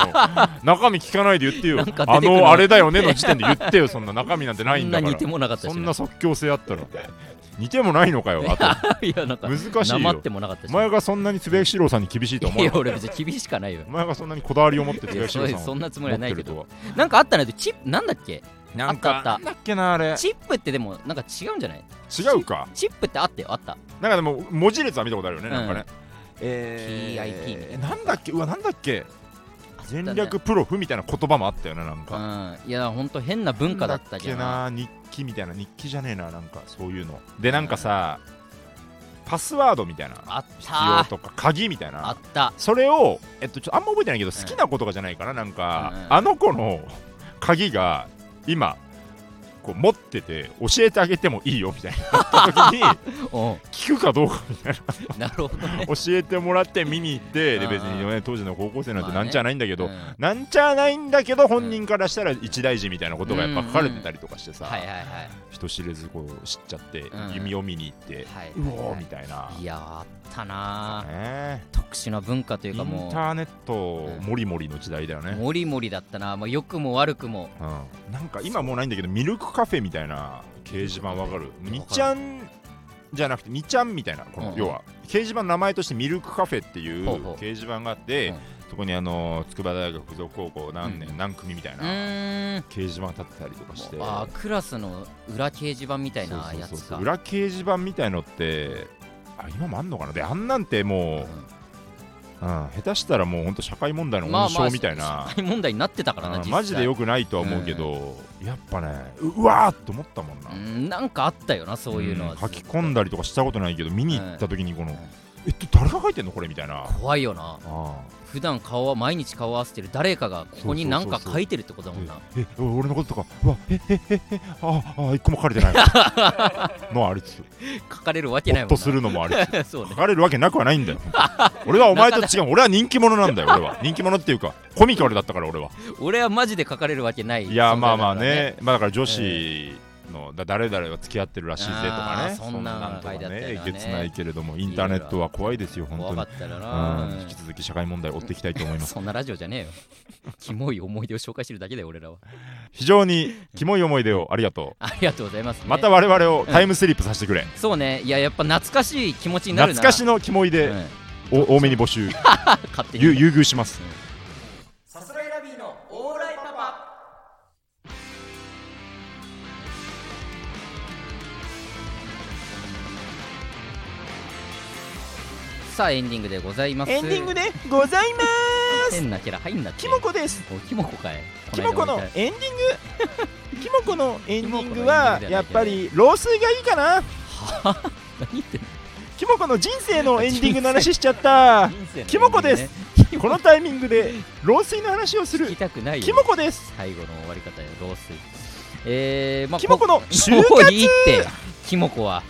Speaker 2: 中身聞かないで言ってよ
Speaker 1: なんか出
Speaker 2: あ
Speaker 1: てくるの
Speaker 2: のあれだよねの時点で言ってよそんな中身なんてない
Speaker 1: そ
Speaker 2: ん
Speaker 1: ん
Speaker 2: だ
Speaker 1: な
Speaker 2: か
Speaker 1: 似
Speaker 2: ら
Speaker 1: てもなかったし
Speaker 2: そん
Speaker 1: な
Speaker 2: な即興性あったら似てもないのかよあ
Speaker 1: いやなん
Speaker 2: と
Speaker 1: か
Speaker 2: 難し
Speaker 1: ないま
Speaker 2: よ
Speaker 1: ってもなかった
Speaker 2: お
Speaker 1: し
Speaker 2: 前がそんなにつぶやきしろうさんに厳しいと思
Speaker 1: いうや俺別に厳しかないよ
Speaker 2: お前がそんなにこだわりを持ってつ
Speaker 1: い
Speaker 2: ぶや
Speaker 1: や
Speaker 2: きし
Speaker 1: そ
Speaker 2: ろう
Speaker 1: う
Speaker 2: さんを
Speaker 1: そんなつもり
Speaker 2: 持
Speaker 1: はな
Speaker 2: って
Speaker 1: いけ
Speaker 2: ると
Speaker 1: ど
Speaker 2: は
Speaker 1: なんかあったねチップなんだっけ
Speaker 2: なん
Speaker 1: あ
Speaker 2: か
Speaker 1: ったあった
Speaker 2: なんだっけなあれ
Speaker 1: チップってでもなんか違うんじゃない
Speaker 2: 違うか
Speaker 1: チップってあったよあった
Speaker 2: なんかでも文字列は見たことあるよね、
Speaker 1: うん
Speaker 2: なんかね。え
Speaker 1: PIP
Speaker 2: なんだっけうわなんだっけ
Speaker 1: あったね
Speaker 2: 全略プロフみたいな言葉もあったよねなん
Speaker 1: う
Speaker 2: か。
Speaker 1: んいやほんと変な文化だったけどな
Speaker 2: なんだっけな日記みたいな日記じゃねえななんかそういうの。でなんかさ、パスワードみたいな
Speaker 1: あっ
Speaker 2: 必要
Speaker 1: た
Speaker 2: とか鍵みたい
Speaker 1: あっ
Speaker 2: な。
Speaker 1: た
Speaker 2: それをえっとちょっとあんま覚えてないけど好きな子とかじゃないからなんか、あの子の鍵が今。こう持ってて教えてあげてもいいよみたいにな った時に
Speaker 1: おう
Speaker 2: 聞くかどうか
Speaker 1: なるほどね
Speaker 2: 教えてもらって見に行ってで
Speaker 1: うん
Speaker 2: 別に、ね、当時の高校生なんて
Speaker 1: まあ
Speaker 2: な
Speaker 1: ね
Speaker 2: んちゃないんだけど、
Speaker 1: うんは
Speaker 2: なんちゃないんだけど本人からしたら一大事みたいなことがやっぱ書かれてたりとかして
Speaker 1: い
Speaker 2: さ、
Speaker 1: はいはい
Speaker 2: 人知れずこう知っちゃって、
Speaker 1: うん
Speaker 2: 弓を見に行って、
Speaker 1: はい、
Speaker 2: うおーみたいな。
Speaker 1: いやあったなあ
Speaker 2: ね
Speaker 1: 特殊な文化とい
Speaker 2: イ
Speaker 1: う
Speaker 2: ン
Speaker 1: かも
Speaker 2: ターネットもりもりの時代だよ
Speaker 1: う
Speaker 2: ね、
Speaker 1: モリモリだったなもう良くも悪くも
Speaker 2: うん、なんか今もうないんだけどミルクカフェみたいな掲示板わかるみちゃんじゃなくてみちゃんみたいなこの、
Speaker 1: うん
Speaker 2: 要は掲示板の名前としてミルクカフェっていう
Speaker 1: ほうほう
Speaker 2: 掲示板があって、
Speaker 1: うん
Speaker 2: そこにあの筑波大学附属高校何年、
Speaker 1: うん
Speaker 2: 何組みたいうな
Speaker 1: ーん
Speaker 2: 掲示板立ってたりとかして
Speaker 1: あークラスの裏掲示板みたいなや
Speaker 2: そうそう
Speaker 1: つ
Speaker 2: そう
Speaker 1: か
Speaker 2: 裏掲示板みたいのってあ今もあんのかなであんなんてもう、うん下手したらもう本当社会問題の温床みたいな、
Speaker 1: 社会問題になってたからな
Speaker 2: うん
Speaker 1: 実際
Speaker 2: マジでよくないとは思うけど、やっぱねううわーっと思ったもんな、
Speaker 1: うんなんかあったよなそういうのは、
Speaker 2: ん書き込んだりとかしたことないけど見に行った時にこの、
Speaker 1: うん
Speaker 2: えっと誰が書いてんのこれみたいな
Speaker 1: 怖いよな
Speaker 2: あ
Speaker 1: 普段顔は毎日顔合わせてる誰かがここに何か書いてるってことだ
Speaker 2: あ
Speaker 1: もんな
Speaker 2: ええ俺のこととかうわえええええああ一個も書かれてない のありつつ
Speaker 1: 書かれるわけ
Speaker 2: ほ
Speaker 1: ない
Speaker 2: っ
Speaker 1: もんな
Speaker 2: とするのもありつつ
Speaker 1: そうね
Speaker 2: 書かれるわけなくはない んだよ俺はお前と違う俺は人気者なんだよ俺は人気者っていうかコミカルだったから俺は
Speaker 1: 俺はマジで書かれるわけない
Speaker 2: いや
Speaker 1: 存在
Speaker 2: まあ
Speaker 1: だか
Speaker 2: まあ
Speaker 1: ら
Speaker 2: ねまあだから女子のだ誰々は付き合ってるらしいぜとか
Speaker 1: あー
Speaker 2: ね
Speaker 1: そんな
Speaker 2: とか
Speaker 1: 書いてあったよ
Speaker 2: ね
Speaker 1: ね
Speaker 2: えげつないけれどもインターネットは怖いですよ
Speaker 1: 怖
Speaker 2: 本
Speaker 1: か
Speaker 2: 当
Speaker 1: っ
Speaker 2: に
Speaker 1: たらな
Speaker 2: うん引き続き社会問題追っていきたいと思います
Speaker 1: そんなラジオじゃねえよ キモい思い出を紹介してるだけだよ俺らは
Speaker 2: 非常にキモい思い出をありがと
Speaker 1: ありがとうございます、ね、
Speaker 2: うまた我々をタイムスリップさせてくれ、
Speaker 1: そうねいややっぱ懐かしい気持ちになる
Speaker 2: 懐
Speaker 1: な
Speaker 2: かしのキモいうで
Speaker 1: ん
Speaker 2: を多めに募集
Speaker 1: 勝手に
Speaker 2: ゆ優遇します
Speaker 3: さすらいラビーのオーライパパ
Speaker 1: さあエンディングでございます
Speaker 4: エンディングでございます
Speaker 1: 変なキャラ入んなって
Speaker 4: キモコです
Speaker 1: おキモコかい
Speaker 4: キモコの
Speaker 1: こないだみ
Speaker 4: エンディング
Speaker 1: た
Speaker 2: キモコのエンディング
Speaker 1: キモコのエンディングじゃな
Speaker 2: はい
Speaker 1: けど
Speaker 2: やっぱり老衰がいいかな
Speaker 1: 何言ってんの
Speaker 2: キモコの人生のエンディングの話しちゃった
Speaker 1: 人生の
Speaker 2: キモコです
Speaker 1: エンディングね
Speaker 2: このタイミングで老衰の話を す
Speaker 1: 聞き
Speaker 2: る
Speaker 1: たくないよ
Speaker 2: キモコです
Speaker 1: 最後の終わり方よ老衰えー、まあ
Speaker 2: キモコの就
Speaker 1: もう
Speaker 2: 活
Speaker 1: いいってキモコは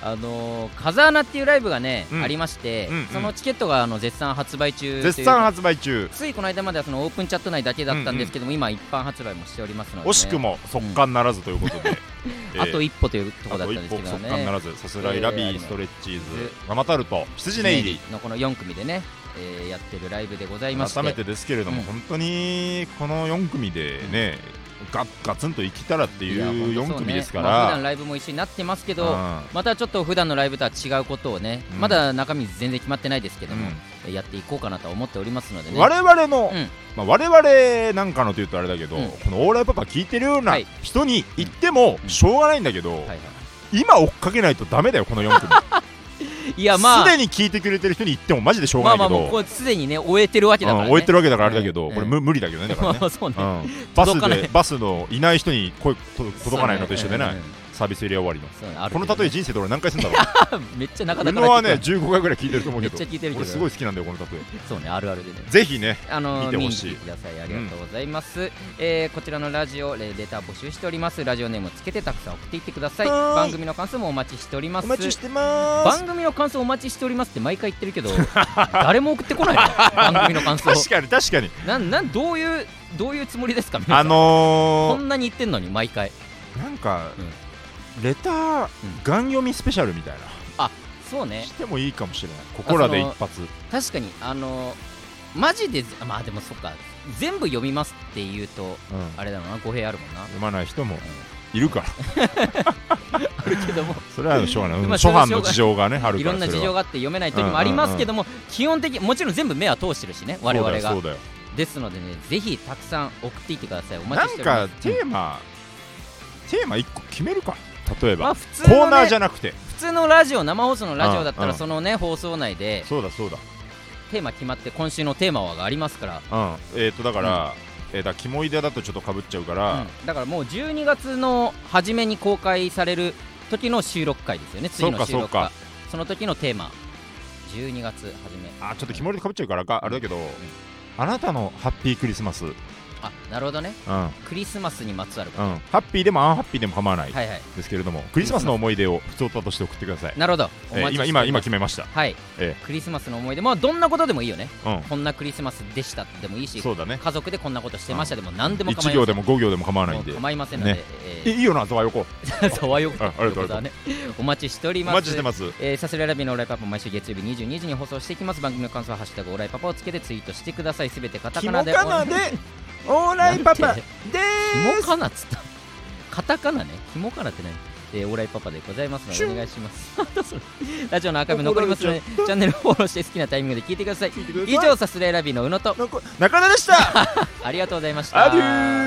Speaker 1: あのー、風穴っていうライブがね、
Speaker 2: うん
Speaker 1: ありまして、
Speaker 2: うんうん
Speaker 1: そのチケットがあの絶賛発売中
Speaker 2: 絶賛
Speaker 1: 発
Speaker 2: 発売中
Speaker 1: ついこの間まではそのオープンチャット内だけだったんですけども、今一般発売もしておりますので、ね、
Speaker 2: 惜しくも速乾ならずということでえ ー
Speaker 1: あと一歩というとこ
Speaker 2: あ
Speaker 1: ろだっ
Speaker 2: と
Speaker 1: た
Speaker 2: 一
Speaker 1: んです
Speaker 2: 歩
Speaker 1: けどね
Speaker 2: 速乾ならずさすらいラビ
Speaker 1: え
Speaker 2: ー
Speaker 1: ー
Speaker 2: ストレッチーズ生タルト羊ネイリ
Speaker 1: のこの4組でね、えーやってるライブでございまして
Speaker 2: 改めてですけれど
Speaker 1: う
Speaker 2: も、
Speaker 1: ん
Speaker 2: 本当にこの4組でね、ガガツンと生きたらってい
Speaker 1: や本
Speaker 2: う
Speaker 1: 当そうね
Speaker 2: 4組ですか
Speaker 1: まあ、
Speaker 2: ら、
Speaker 1: 普段ライブも一緒になってますけど、
Speaker 2: うん
Speaker 1: またちょっと普段のライブとは違うことをね、
Speaker 2: うん
Speaker 1: まだ中身全然決まってないですけども、
Speaker 2: う
Speaker 1: やっていこうかなとは思っておりますので
Speaker 2: ん
Speaker 1: ね
Speaker 2: 我々の、
Speaker 1: うん
Speaker 2: まあ、我々なんかのというとあれだけど、
Speaker 1: うん
Speaker 2: このオーライパパ聞いてるような
Speaker 1: はい
Speaker 2: 人に言っても
Speaker 1: うん
Speaker 2: しょうがないんだけど、
Speaker 1: はいは
Speaker 2: 今追っかけないとダメだよこの4組
Speaker 1: い、いやまあ
Speaker 2: すでに聞いてくれてる人に言ってもマジでしょう
Speaker 1: ま
Speaker 2: が
Speaker 1: あ
Speaker 2: な
Speaker 1: ま
Speaker 2: い
Speaker 1: あ
Speaker 2: けど、
Speaker 1: もうこれすでにね終えてるわけだから、
Speaker 2: う
Speaker 1: ね
Speaker 2: ん、終えてるわけだからあれだけど、
Speaker 1: うん
Speaker 2: こ
Speaker 1: う
Speaker 2: れ
Speaker 1: ん
Speaker 2: 無無理だけどねだから ね
Speaker 1: まあそうね、
Speaker 2: うん、バス
Speaker 1: 届かない
Speaker 2: でバスのいない人に声と届かないのと一緒でな
Speaker 1: うんうん
Speaker 2: サービスエリア終わりの
Speaker 1: そうねある
Speaker 2: こ
Speaker 1: けどね
Speaker 2: の例え人生で俺何回すんだろう
Speaker 1: めっちゃなか
Speaker 2: 俺
Speaker 1: なか
Speaker 2: のはね15回ぐらい聞いてると思うけど
Speaker 1: めっちゃ聞いてるけど
Speaker 2: 俺すごい好きなんだよこのタトゥー
Speaker 1: そうねあるあるでね
Speaker 2: ぜひね
Speaker 1: あの
Speaker 2: 見て
Speaker 1: 見に
Speaker 2: ほ
Speaker 1: 来
Speaker 2: しい
Speaker 1: てくださいありがとうございます、えーこちらのラジオレレター募集しておりますラジオネームつけてたくさん送っていってください
Speaker 2: はーい
Speaker 1: 番組の感想もお待ちしております
Speaker 2: てま
Speaker 1: 番組の感想お待ちしておりますって毎回言ってるけど 誰も送ってこ ないの番組の感想
Speaker 2: 確かに確かに
Speaker 1: なんなんどういうどういうつもりですか皆さんこ
Speaker 2: あの
Speaker 1: んなに言ってんのに毎回
Speaker 2: ー、なんか、レターガン読みスペシャルみたいな
Speaker 1: そうね
Speaker 2: してもいいかもしれないここらで一発
Speaker 1: 確かにあのマジでまあでもそっか全部読みますって言うと
Speaker 2: うん
Speaker 1: あれだろうな語弊あるもんな
Speaker 2: 読まない人もいるから
Speaker 1: あるけども
Speaker 2: それはしょうがない、うん
Speaker 1: まあ
Speaker 2: 初版の事情がねあ る
Speaker 1: い
Speaker 2: か
Speaker 1: ろ
Speaker 2: ら
Speaker 1: んな事
Speaker 2: それ
Speaker 1: 情
Speaker 2: は
Speaker 1: があって読めない時もありますけども、基本的にもちろん全部目は通してるしね我々が
Speaker 2: そうだよ
Speaker 1: ですのでねぜひたくさん送っていってくださいお
Speaker 2: そうだ
Speaker 1: 待
Speaker 2: よ
Speaker 1: ちし
Speaker 2: な
Speaker 1: て
Speaker 2: ん
Speaker 1: おります
Speaker 2: かテーマテーマ1個決めるか例え
Speaker 1: まあ
Speaker 2: ば
Speaker 1: 普通
Speaker 2: コー
Speaker 1: の、
Speaker 2: ナーじゃ
Speaker 1: ね、
Speaker 2: なくて
Speaker 1: 普通のラジオ生放送のラジオだった
Speaker 2: うんう
Speaker 1: ら
Speaker 2: ん
Speaker 1: そのね放送内で
Speaker 2: そうだそうだ
Speaker 1: テーマ決まって今週のテーマはがありますから、
Speaker 2: うん、えっ、とだから、えーだキモイデだとちょっとかぶっちゃうか
Speaker 1: う
Speaker 2: ら、
Speaker 1: んだからもう12月の初めに公開される時の収録回ですよね次の収
Speaker 2: そう
Speaker 1: 録
Speaker 2: か
Speaker 1: 回その時のテーマ12月初め
Speaker 2: あちょっとキモイデかぶっちゃうからかあれだけど、あなたのハッピークリスマス、うん
Speaker 1: あなるほどね
Speaker 2: うん、
Speaker 1: クリスマスにまつわること、
Speaker 2: ハッピーでもアンハッピーでも構わない、
Speaker 1: はいはい
Speaker 2: ですけれどもクリスマスの思い出を普通歌として送ってください、
Speaker 1: なるほどお
Speaker 2: えー
Speaker 1: 待ちして
Speaker 2: 今
Speaker 1: おりま
Speaker 2: 今今
Speaker 1: す
Speaker 2: 決めました、
Speaker 1: はい、
Speaker 2: え
Speaker 1: クリスマスの思い出、まあ、どんなことでもいいよね、
Speaker 2: う
Speaker 1: こんなクリスマスでしたでもいいし、
Speaker 2: ん、そうだね
Speaker 1: 家族でこんなことしてましたでも、何でも構
Speaker 2: 1
Speaker 1: いま
Speaker 2: 行
Speaker 1: せ
Speaker 2: で
Speaker 1: ん
Speaker 2: も5行でも構わないんで
Speaker 1: もう構いませんので、
Speaker 2: ねいいいよなざわよこ
Speaker 1: えーそうはよく
Speaker 2: うんありがとう
Speaker 1: だね、お待ちしており
Speaker 2: お
Speaker 1: ます。
Speaker 2: 待ちしてます
Speaker 1: えーサスレラビのオーライパパも毎週月曜日22時に放送していきます番組の感想は「ハッシュタグオーライパパ」をつけてツイートしてくださいすべてカタカナで
Speaker 2: オー
Speaker 1: ライパパでキモ
Speaker 2: ー
Speaker 1: カナっつったカタカナねキモカナって何えー、オーライパパでございますの
Speaker 2: シ
Speaker 1: で
Speaker 2: ュン
Speaker 1: お願いしますなんだそれラジオのアーカイブ残りますのでチャンネルフォローして好きなタイミングで聞いてください
Speaker 2: いてください
Speaker 1: 以上サスレラビの宇野と
Speaker 2: 中田でした
Speaker 1: ありがとうございました
Speaker 2: アデュー